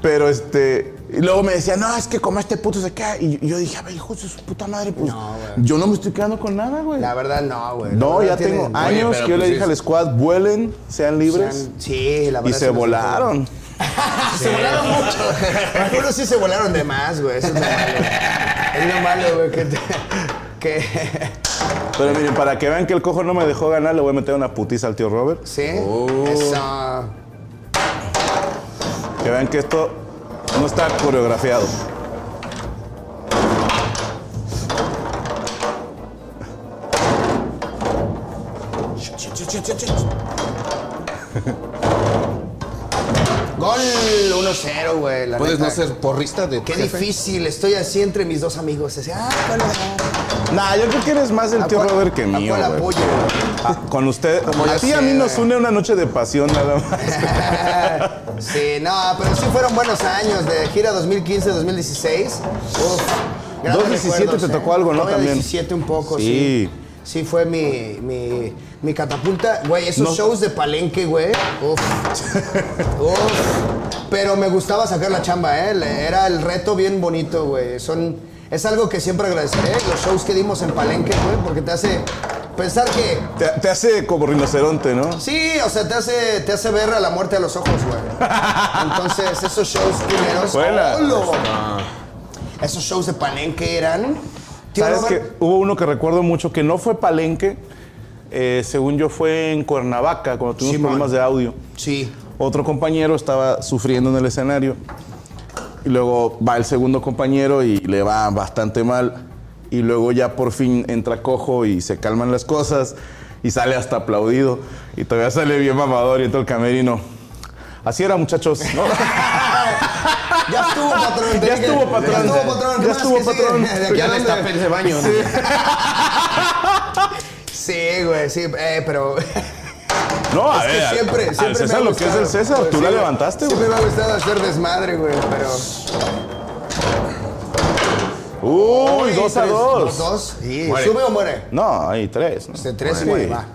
A: Pero este, y luego me decían, no, es que como este puto se queda. Y yo- yo dije, a ver, hijo de su puta madre, pues
B: No, güey.
A: yo no me estoy quedando con nada, güey.
B: La verdad, no, güey.
A: No,
B: La
A: ya
B: verdad, tiene-
A: tengo
B: Oye,
A: años
D: pero
A: que yo le
D: pues
A: dije
D: es-
A: al squad, vuelen, sean libres.
B: Sí, la verdad.
A: y
B: sí
A: se
B: nos-
A: volaron.
B: Se volaron mucho. Algunos sí se volaron de más, güey. Eso es lo malo. Es lo malo, güey. Que, te- que-
A: Pero miren, para que vean que el cojo no me dejó ganar, le voy a meter una putiza al tío Robert.
B: Sí. Eso.
A: Que vean que esto no está coreografiado.
B: Gol 1-0, güey. la
E: Puedes
B: neta.
E: no ser porrista de tu
B: Qué
E: jefe?
B: difícil. Estoy así entre mis dos amigos. Así, ah, gol, gol.
A: Nah, yo creo que eres más del
B: ¿A
A: tío
B: cuál-
A: Robert que
B: a
A: mío,
B: cuál
A: güey.
B: apoyo?
A: Ah, con usted.
B: Como
A: a
B: yo
A: ti y a
B: sé,
A: mí
B: güey.
A: nos une una noche de pasión nada más.
B: Sí, no, pero sí fueron buenos años de gira 2015-2016. Uf, grandes
A: 2017
B: recuerdos, ¿eh?
A: te tocó algo, ¿no?
B: Todavía
A: También.
B: 17 un poco, sí.
A: Sí.
B: Sí, fue mi, mi, mi catapulta. Güey, esos
A: No.
B: shows de palenque, güey. Uf. Uf. Pero me gustaba sacar la chamba, ¿eh? Le- Era el reto bien bonito, güey. Son, es algo que siempre agradeceré, los shows que dimos en palenque, güey, porque te hace pensar que
A: Te, te hace como rinoceronte, ¿no?
B: Sí, o sea, te hace, te hace ver a la muerte a los ojos, güey. Entonces, esos shows culeros.
A: Buena. Ah.
B: ¡holo! Esos shows de palenque eran. Tío
A: ¿Sabes
B: Robert,
A: que Hubo uno que recuerdo mucho que no fue Palenque, eh, según yo fue en Cuernavaca, cuando tuvimos
B: Simón.
A: problemas de audio.
B: Sí.
A: Otro compañero estaba sufriendo en el escenario. Y luego va el segundo compañero y le va bastante mal. Y luego ya por fin entra cojo y se calman las cosas. Y sale hasta aplaudido. Y todavía sale bien mamador y entra el camerino. Así era, muchachos. ¿no?
B: Ya estuvo, patrón. te
A: Ah, Ya
B: dije.
A: estuvo, patrón.
B: Ya
A: Ya estuvo,
B: estuvo, patrón. ¿qué más? ¿Qué sigue?
A: patrón.
B: ¿De aquí a
E: Ya le
B: dónde?
E: está el baño. ¿no?
B: Sí, güey, sí, eh, pero.
A: No, a
B: es
A: ver.
B: que
A: al-
B: siempre,
A: al
B: siempre. me
A: César
B: ha
A: lo que es
B: gustado.
A: el César.
B: Pues
A: Tú
B: sí,
A: la
B: güey.
A: levantaste, güey.
B: Siempre me ha gustado hacer desmadre, güey, pero.
A: Uy,
B: Uy,
A: dos a
B: tres,
A: dos.
B: dos. Sí, ¿Sube o muere?
A: No, hay tres. ¿no?
B: De tres y
A: Sí.
B: nueve, va.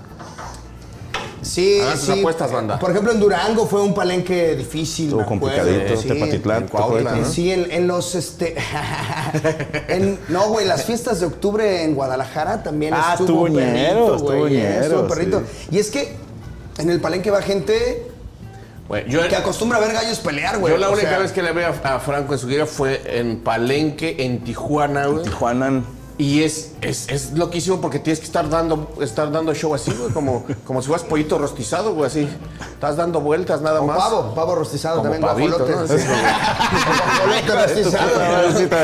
B: Sí,
E: Hagan sus
B: sí. eh,
E: apuestas, banda.
B: Por ejemplo, en Durango fue un palenque difícil,
A: Estuvo
B: me acuerdo,
A: complicadito.
B: sí.
A: Tepatitlán.
E: en
A: ¿te acuerdas,
E: Cuautla,
A: no?
E: ¿no?
B: Sí, en, en los este en- no güey, las fiestas de octubre en Guadalajara también
A: Ah,
B: estuvo
A: estuvo ñero,
B: perrito, güey,
A: estuvo
B: eh, estuvo
A: ñero,
B: perrito. Y es que en el palenque va gente
E: Güey, yo,
B: que acostumbra a ver gallos pelear, güey.
E: yo la
B: o
E: única
B: sea,
E: vez que le vi a, a Franco en su gira fue en Palenque, en Tijuana, güey.
A: Tijuanan.
E: Y es, es, es loquísimo porque tienes que estar dando, estar dando show así, güey, como, como si fueras pollito rostizado, güey, así. Estás dando vueltas nada
B: o
E: más.
B: pavo, pavo rostizado
E: Como
B: también,
E: pavito,
B: guajolote.
E: ¿no?
B: Sí. Guajolote rostizado.
A: Sí, está-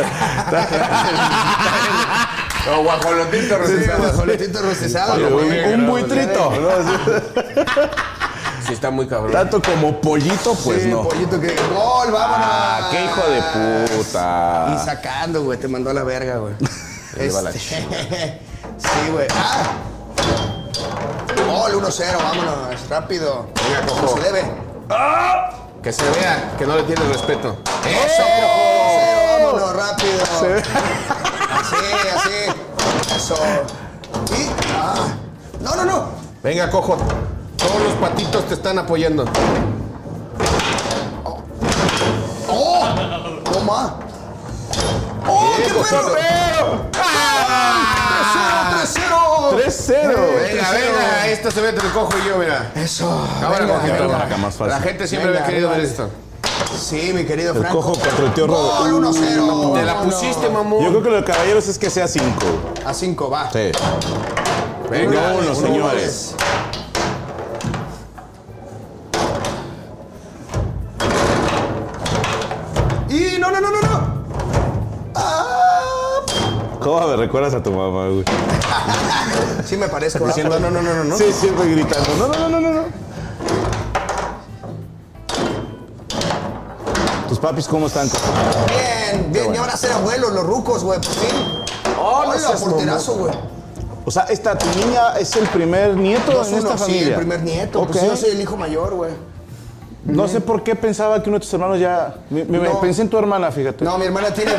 E: O guajolotito
B: Sí,
E: rostizado.
B: guajolotito rostizado.
A: Un,
B: güey.
A: un buitrito. ¿no? Así,
E: Sí, está muy cabrón.
A: Tanto como pollito, pues
B: Sí,
A: no.
B: pollito que. ¡Gol! ¡Vámonos!
A: Ah, qué hijo de puta.
B: Y sacando, güey. Te mandó a la verga, güey. Este, sí, güey. ¡Ah! Gol 1-0, vámonos. Rápido. Como se debe.
E: Que se vea que no le tienes respeto.
B: ¡Eso!
A: ¡Oh!
B: Cojo, 1-0, vámonos, rápido. Así, así. Eso. Y. ¡Ah! ¡No, no, no!
E: Venga, cojo. Todos los patitos te están apoyando.
B: ¡Oh! ¡Toma! ¡Oh, qué perro! Ah. 3-0,
A: 3-0.
B: 3-0.
E: Venga, venga, esto se ve entre el cojo y yo, mira.
B: Eso.
E: Ahora
B: venga,
E: cojito.
B: venga.
A: acá más fácil.
E: La gente siempre
B: Venga,
E: había querido
B: venga.
E: ver esto.
B: Sí, mi querido
A: El
B: Franco.
A: cojo contra el tío Robert.
B: Gol 1-0.
E: Te la pusiste,
A: Yo
E: mamón.
A: creo que lo de caballeros es que sea 5.
B: A 5 va.
A: Sí.
E: Venga,
A: Uno, uno, señores.
B: Y no, no, no, no, no. Ah,
A: ¿Cómo me recuerdas a tu mamá, güey?
B: sí me parezco. ¿verdad?
E: Diciendo, no, no, no, no, no.
A: Sí, siempre gritando. No, no, no, no, no. ¿Tus papis cómo están?
B: Bien, bien. Y ahora ser abuelos, los rucos, güey. Por fin.
E: Oh, no
B: Hola,
E: seas
B: porterazo, güey.
A: O sea, esta, tu niña es el primer nieto
B: Dos,
A: en esta
B: uno, sí,
A: familia.
B: el primer nieto. Pues
A: Ok.
B: yo soy el hijo mayor, güey.
A: No sé por qué pensaba que uno de tus hermanos ya. me- me-
B: No.
A: Pensé en tu hermana, fíjate.
B: No, mi hermana tiene.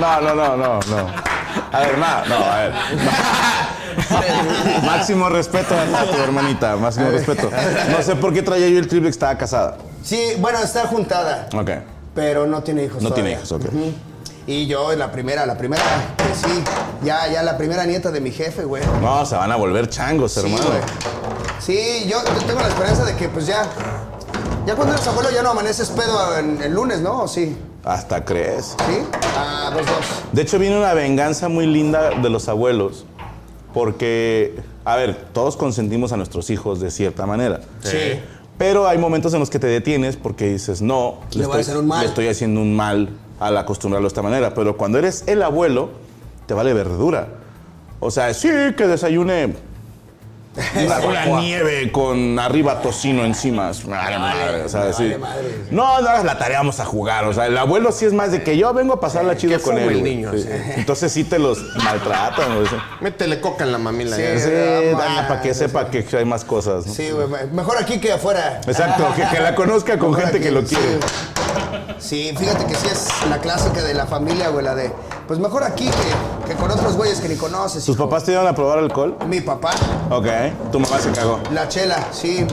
A: No, no, no, no, no. A ver, nada, no, a ver. máximo respeto a tu hermanita, máximo respeto. No sé por qué traía yo el triple que estaba casada.
B: Sí, bueno, está juntada.
A: Ok.
B: Pero no tiene hijos.
A: No tiene
B: todavía.
A: hijos, ok.
B: Ujú. Y yo, la primera, la primera, que sí. Ya, ya, la primera nieta de mi jefe, güey.
A: No, se van a volver changos,
B: Sí,
A: hermano.
B: güey. Sí, yo, yo tengo la esperanza de que, pues ya. Ya cuando eres abuelo ya no amaneces pedo en- el lunes, ¿no? ¿O sí?
A: Hasta crees.
B: ¿Sí? Ah, dos, dos.
A: De hecho, viene una venganza muy linda de los abuelos. Porque, a ver, todos consentimos a nuestros hijos de cierta manera.
B: Sí.
A: Pero hay momentos en los que te detienes porque dices, no,
B: Le voy a hacer un mal.
A: le estoy haciendo un mal al acostumbrarlo de esta manera. Pero cuando eres el abuelo, te vale verdura. O sea, sí, que desayune Una, una nieve con arriba tocino encima. Es una madre, o sea, sí. No, no hagas la tarea, vamos a jugar. O sea, el abuelo sí es más de que yo vengo a pasarla chido con
D: fume
A: él.
D: el
A: güey.
D: niño,
A: Sí.
D: sí.
A: Entonces sí te los maltratan. güey.
D: Métele coca en la mamila. ya.
A: Sí,
B: ah,
A: ah, para que
B: sí,
A: sepa que hay más cosas. ¿no?
B: Sí, güey, me- mejor aquí que afuera.
A: Exacto, que, que la conozca con
B: Mejor
A: gente
B: aquí,
A: que lo quiere.
B: Sí. Sí, fíjate que sí es la clásica de la familia, güey, la de, pues mejor aquí que, que con otros güeyes que ni conoces.
A: ¿Tus
B: hijo.
A: papás te iban a probar alcohol?
B: Mi papá,
A: Ok, tu mamá se cagó.
B: la chela, sí.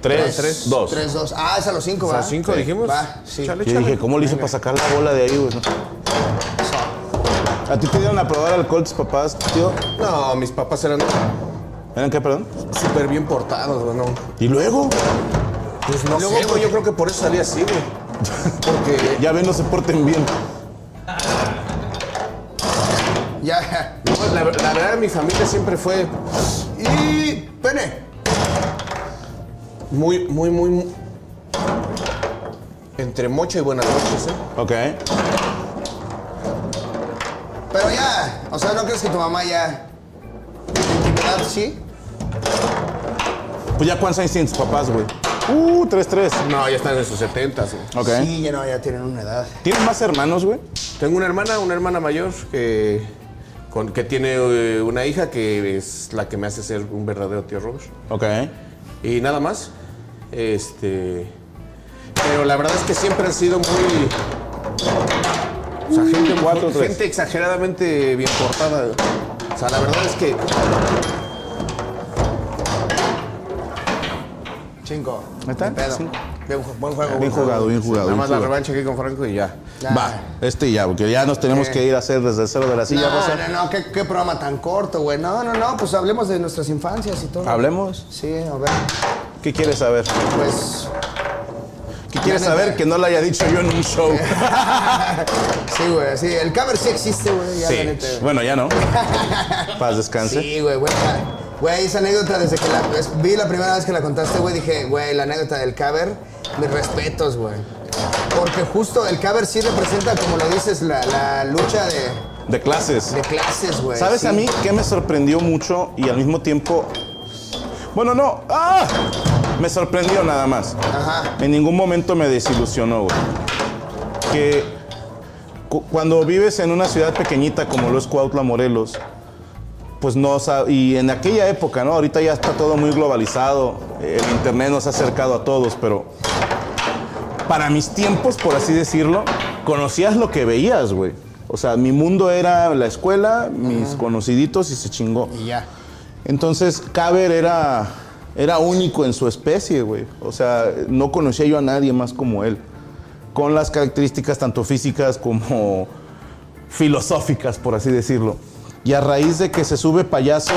A: Tres, dos.
B: Tres, dos. Ah, es a los cinco, ¿va?
D: ¿A cinco dijimos?
B: Va, sí.
D: Chale,
A: Yo
D: chale.
A: dije, ¿cómo le hizo para sacar la bola de ahí, güey? ¿A ti te dieron a probar alcohol tus papás, tío?
D: No, mis papás eran
A: ¿Eran qué, perdón?
D: súper bien portados, güey, no.
A: ¿Y luego?
D: Luego,
E: sé, güey.
D: yo creo que por eso salí así, güey. Porque
A: Ya ven, no se porten bien.
B: Ya.
D: no, la, la verdad mi familia siempre fue
B: Y pene.
D: muy, muy, muy... muy- Entre mocha y buenas noches, ¿eh?
A: Ok.
B: Pero ya, o sea, ¿no crees que tu mamá ya... ¿Verdad? Sí.
A: Pues ya, ¿cuántos años tienen tus papás, güey? Uh, tres, tres.
D: No, ya están en sus setentas, ¿eh? güey.
A: Ok.
B: Sí, ya no, ya tienen una edad.
A: ¿Tienes más hermanos, güey?
D: Tengo una hermana, una hermana mayor que, con- que tiene eh, una hija que es la que me hace ser un verdadero tío Robert.
A: Ok.
D: Y nada más. Este. Pero la verdad es que siempre han sido muy. O sea, gente,
A: Cuatro,
D: muy-
A: tres.
D: gente exageradamente bien portada. O sea, la verdad es que.
B: Cinco.
A: ¿Ahí está?
B: Ni pedo.
A: Cinco.
B: Bien, ju- buen juego.
A: Bien
B: buen
A: jugado, bien jugado.
D: Nada
A: bien
D: más la
A: jugado.
D: revancha aquí con Franco y ya.
B: Nah. Eh.
A: Va, este y ya, porque ya nos tenemos que ir a hacer desde el cero de la silla,
B: No,
A: Rosa.
B: no, no, ¿qué, qué programa tan corto, güey. No, no, no, pues hablemos de nuestras infancias y todo.
A: Ah. Hablemos.
B: Sí, a ver,
A: ¿Qué quieres saber?
B: pues...
A: ¿Qué quieres saber que no lo haya dicho yo en un show?
B: Sí, güey, sí. El cover sí existe, güey. Ya, la
A: Sí.
B: neta, güey.
A: Bueno, ya no. Paz, descanse.
B: Sí, güey, güey. la- Güey, esa anécdota, desde que la es- vi la primera vez que la contaste, güey, dije, güey, la anécdota del caber, mis respetos, güey. Porque justo el caber sí representa, como lo dices, la, la lucha de,
A: De clases.
B: de clases, güey.
A: ¿Sabes
B: sí.
A: a mí qué me sorprendió mucho y al mismo tiempo... Bueno, no. ¡Ah! Me sorprendió nada más.
B: Ajá.
A: En ningún momento me desilusionó, güey. Que cu- cuando vives en una ciudad pequeñita como lo es Cuautla, Morelos, pues no sa- y en aquella época, ¿no? Ahorita ya está todo muy globalizado, el internet nos ha acercado a todos, pero para mis tiempos, por así decirlo, conocías lo que veías, güey. O sea, mi mundo era la escuela, mis conociditos y se chingó.
B: Y ya.
A: Entonces, Caber era, era único en su especie, güey. O sea, no conocía yo a nadie más como él. Con las características tanto físicas como filosóficas, por así decirlo. Y a raíz de que se sube payaso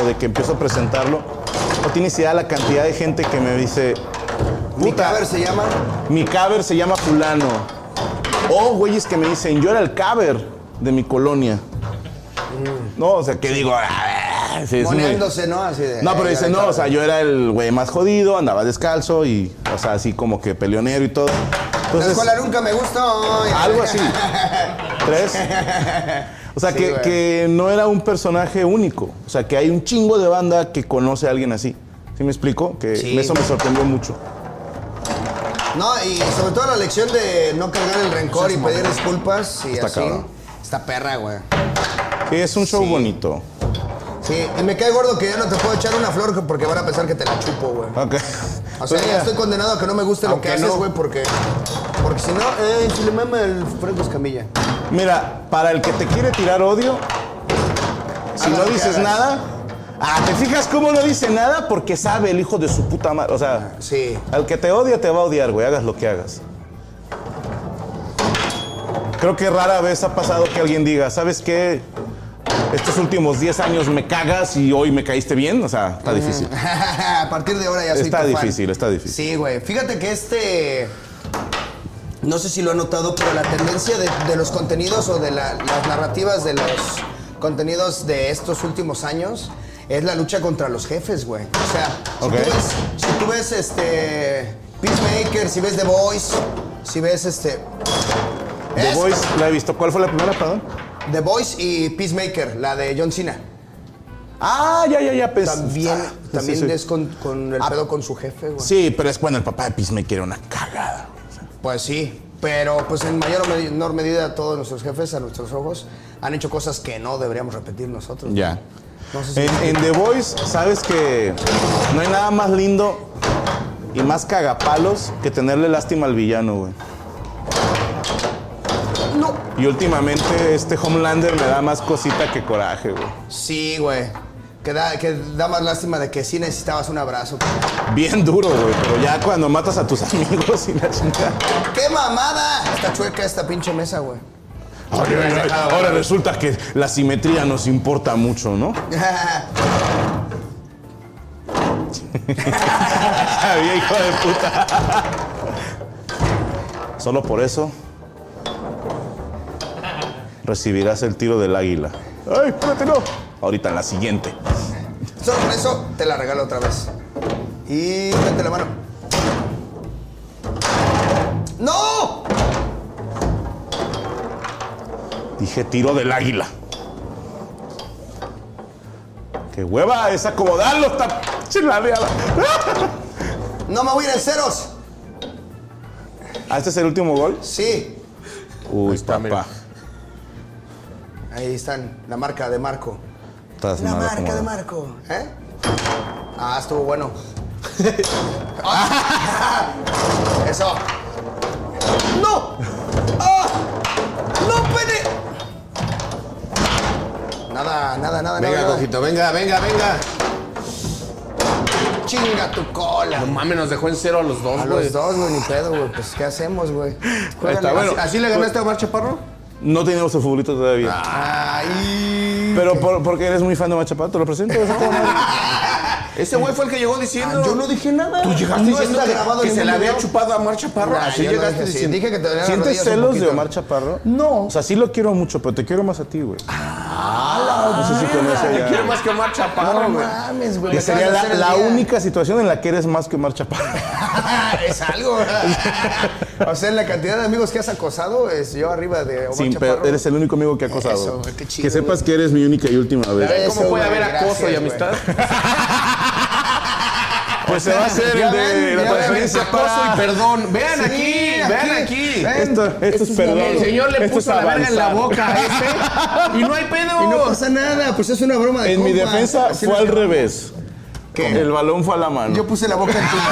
A: o de que empiezo a presentarlo, no tienes idea la cantidad de gente que me dice,
B: Mi
A: puta,
B: caber se llama.
A: mi caber se llama fulano. O güeyes que me dicen, yo era el caber de mi colonia. No, o sea, que digo, "Ah, sí, es un güey".
B: Poniéndose, ¿no? Así de.
A: No, pero
B: eh,
A: dice,
B: ya
A: no,
B: de
A: o sea, yo era el güey más jodido, andaba descalzo y, o sea, así como que peleonero y todo.
B: La
A: Entonces,
B: escuela nunca me gustó.
A: algo así. Tres. O sea,
B: Sí,
A: que,
B: güey.
A: que no era un personaje único. O sea, que hay un chingo de banda que conoce a alguien así. ¿Sí me explico? Que
B: Sí.
A: eso me sorprendió mucho.
B: No, y sobre todo la lección de no cargar el rencor y pedir disculpas y
A: Está
B: así.
A: cabrón.
B: Está perra, güey.
A: Sí, es un show
B: Sí.
A: bonito.
B: Sí, y me cae gordo que yo no te puedo echar una flor que- porque van a pensar que te la chupo, güey.
A: Ok.
B: O sea,
A: Pues
B: ya
A: mira,
B: estoy condenado a que no me guste lo que
D: Aunque
B: haces,
D: no.
B: güey, porque... Porque si no, eh, si le mama el Franco Escamilla.
A: Mira, para el que te quiere tirar odio, si
B: Haga
A: no
B: lo que
A: dices
B: hagas.
A: nada. Ah, ¿te fijas cómo no dice nada? Porque sabe el hijo de su puta madre. O sea,
B: Sí.
A: al que te odia te va a odiar, güey. Hagas lo que hagas. Creo que rara vez ha pasado que alguien diga, ¿sabes qué? Estos últimos 10 años me cagas y hoy me caíste bien. O sea,
B: Mm.
A: está difícil.
B: a partir de ahora ya soy
A: Está
B: tu fan.
A: difícil, está difícil.
B: Sí, güey. Fíjate que este... No sé si lo han notado, pero la tendencia de, de los contenidos o de la- las narrativas de los contenidos de estos últimos años es la lucha contra los jefes, güey. O sea, si
A: Ok.
B: tú ves, si tú ves, este Peacemaker, si ves The Voice, si ves este
A: The
B: es-
A: Voice la he visto. ¿Cuál fue la primera, perdón?
B: The Voice y Peacemaker, la de John Cena.
A: Ah, ya, ya, ya. pens-
B: También,
A: ah, sí,
B: también
A: sí, Ah, sí.
B: es con, con el pedo con su jefe, güey.
A: Sí, pero es cuando el papá de Peacemaker era una cagada. güey.
B: Pues sí, pero pues en mayor o menor medida todos nuestros jefes, a nuestros ojos, han hecho cosas que no deberíamos repetir nosotros.
A: Ya.
B: No sé si-
A: En, en The Voice, sabes que no hay nada más lindo y más cagapalos que tenerle lástima al villano, güey.
B: No.
A: Y últimamente este Homelander me da más cosita que coraje, güey.
B: Sí, güey. Que da, que da más lástima de que sí necesitabas un abrazo.
A: Bien duro, güey. Pero ya cuando matas a tus amigos y la chingada.
B: ¡Qué mamada! Está chueca esta pinche mesa, güey.
A: Ahora, ahora resulta que la simetría nos importa mucho, ¿no? Había hijo de puta. Solo por eso recibirás el tiro del águila. ¡Ay, espérate, no! Ahorita en la siguiente.
B: Solo por eso te la regalo otra vez. Y date la mano. ¡No!
A: Dije tiro del águila. ¡Qué hueva! Es acomodarlo, está chiladeada.
B: ¡No me voy a ir en ceros!
A: ¿Ah, este es el último gol?
B: Sí.
A: Uy, papá.
B: Ahí están, la marca de Marco.
A: Estás
B: La
A: mal
B: marca de
A: acomodado.
B: Marco. ¿Eh? Ah, estuvo bueno. Eso. ¡No! ¡Ah! ¡No, pene! Nada, nada, nada,
E: Venga,
B: nada.
E: cojito, venga, venga, venga.
B: Chinga tu cola.
E: No mames, nos dejó en cero a los dos,
B: A
E: güey.
B: los dos, güey, ni pedo, güey. Pues, ¿qué hacemos, güey?
E: Ahí está,
B: Juégale.
E: bueno. ¿Así le ganaste a Omar Chaparro?
A: No tenemos el futbolito todavía.
B: Ah. Ay.
A: Pero por- porque eres muy fan de Machapato, te lo presento. es a toda madre.
E: Ese güey fue el que llegó diciendo.
B: Yo no dije nada.
E: Tú llegaste
B: No
E: diciendo
B: está
E: que,
B: grabado
E: que
B: en
E: se
B: ningún
E: le había
B: video.
E: chupado a Omar Chaparro.
B: Nah,
E: así
B: yo no
E: llegaste
B: dije así.
E: diciendo.
B: Dije que te dolían las
A: ¿Sientes
B: rodillas un
A: celos de
B: poquito.
A: Omar Chaparro?
B: No.
A: O sea, sí lo quiero mucho, pero te quiero más a ti, güey.
B: Ah,
A: No sé si con eso
E: Te
A: ya-
E: quiero más que Omar Chaparro,
B: No
E: güey.
B: mames, güey.
A: Que
B: me
A: sería
B: acabas de
A: la,
B: hacer el
A: la
B: día.
A: única situación en la que eres más que Omar Chaparro.
B: es algo. o sea, en la cantidad de amigos que has acosado, es yo arriba de Omar
A: Sin
B: Chaparro.
A: pedo, eres el único amigo que ha acosado.
B: Eso, güey, qué chido,
A: que sepas
B: güey.
A: que eres mi única y última vez.
B: Eso,
E: ¿Cómo puede
B: güey,
E: haber acoso
B: gracias,
E: y
B: güey.
E: amistad?
A: Pues se va a hacer
B: Ya
A: el de
B: ven,
A: la
B: ya ven,
A: transferencia
E: Acoso y
A: para...
E: perdón. Vean
B: Sí,
E: aquí, vean aquí.
B: ven.
A: Esto, esto es perdón.
E: El señor
A: Esto
E: le
A: es
E: puso la verga en la
A: avanzar.
E: boca a ese. Y no hay pedo.
B: Y no pasa nada, pues es una broma de
A: En mi
B: compas.
A: defensa
B: Así
A: fue
B: nos
A: al
B: llevamos.
A: revés.
B: ¿Qué?
A: El balón fue a la mano.
B: Yo puse la boca en tu. Sí,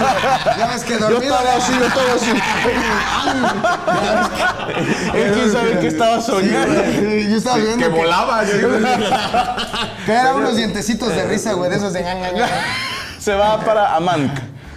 B: güey. ya ves que dormido.
A: estaba así, yo estaba así. Él quién sabe qué estaba soñando.
B: Yo estaba viendo que,
E: volaba.
B: que eran unos dientecitos de risa, güey, de esos de.
A: Se va para AMANC.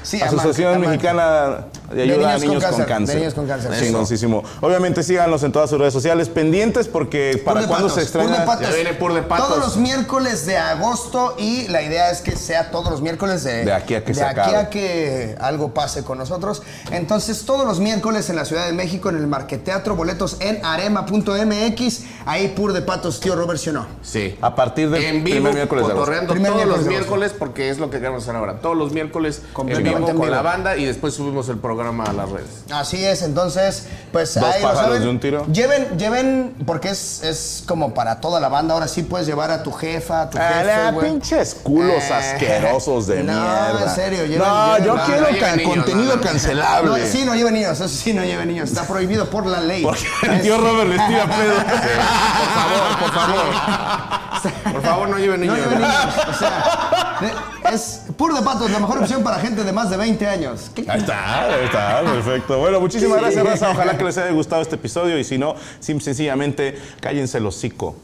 B: Sí, AMANC,
A: Asociación
B: AMANC.
A: Mexicana de
B: De
A: Ayuda
B: niños
A: a Niños
B: con
A: con
B: cáncer,
A: Cáncer.
B: de niños con cáncer. Eso.
A: Chingoncísimo. Obviamente síganos en todas sus redes sociales pendientes porque para
B: Pur de
A: cuando
B: Patos,
A: se
B: Pur de
A: estrena.
B: Patos.
E: Ya viene Pur de Patos.
B: Todos los miércoles de agosto y la idea es que sea todos los miércoles de,
A: De aquí a que
B: de
A: se
B: aquí
A: acabe.
B: a que algo pase con nosotros. Entonces, todos los miércoles en la Ciudad de México, en el Marqueteatro, boletos en arema.mx. Ahí Pur de Patos, tío Robert, ¿sí o no?
E: Sí.
A: A partir del
E: en vivo,
A: primer miércoles de agosto.
E: cotorreando
B: Primer
E: todos
B: miércoles
E: los
B: de agosto.
E: miércoles, porque es lo que queremos hacer ahora. Todos los miércoles en
B: Completamente
E: vivo
B: en
E: con
B: vivo.
E: la banda y después subimos el programa a las redes.
B: Así es, entonces, pues
A: Dos
B: ahí lo
A: pájaros
B: saben.
A: de un tiro.
B: Lleven, lleven, porque es, es como para toda la banda. Ahora sí puedes llevar a tu jefa, a tu
A: Ah,
B: jefe,
A: nah,
B: güey.
A: pinches culos
B: Eh,
A: asquerosos de
B: no,
A: mierda.
B: en serio, lleven-
A: No,
B: lleven-
A: yo
B: no,
A: quiero
E: no, lleven
A: can-
E: niños,
A: contenido
E: no, no.
A: cancelable.
B: No, sí, no lleven niños, eso sí, no lleven niños. Está prohibido por la ley.
A: Porque el tío Robert les tira pedo.
E: Por favor, por favor. Por favor, no lleven
B: No
E: niños.
B: lleven niños. O sea, de- es pur de patos, la mejor opción para gente de más de 20 años. ¿Qué?
A: Ahí está, ahí está, perfecto. Bueno, muchísimas gracias, Raza. Ojalá que les haya gustado este episodio y si no, sim- sencillamente cállense el hocico.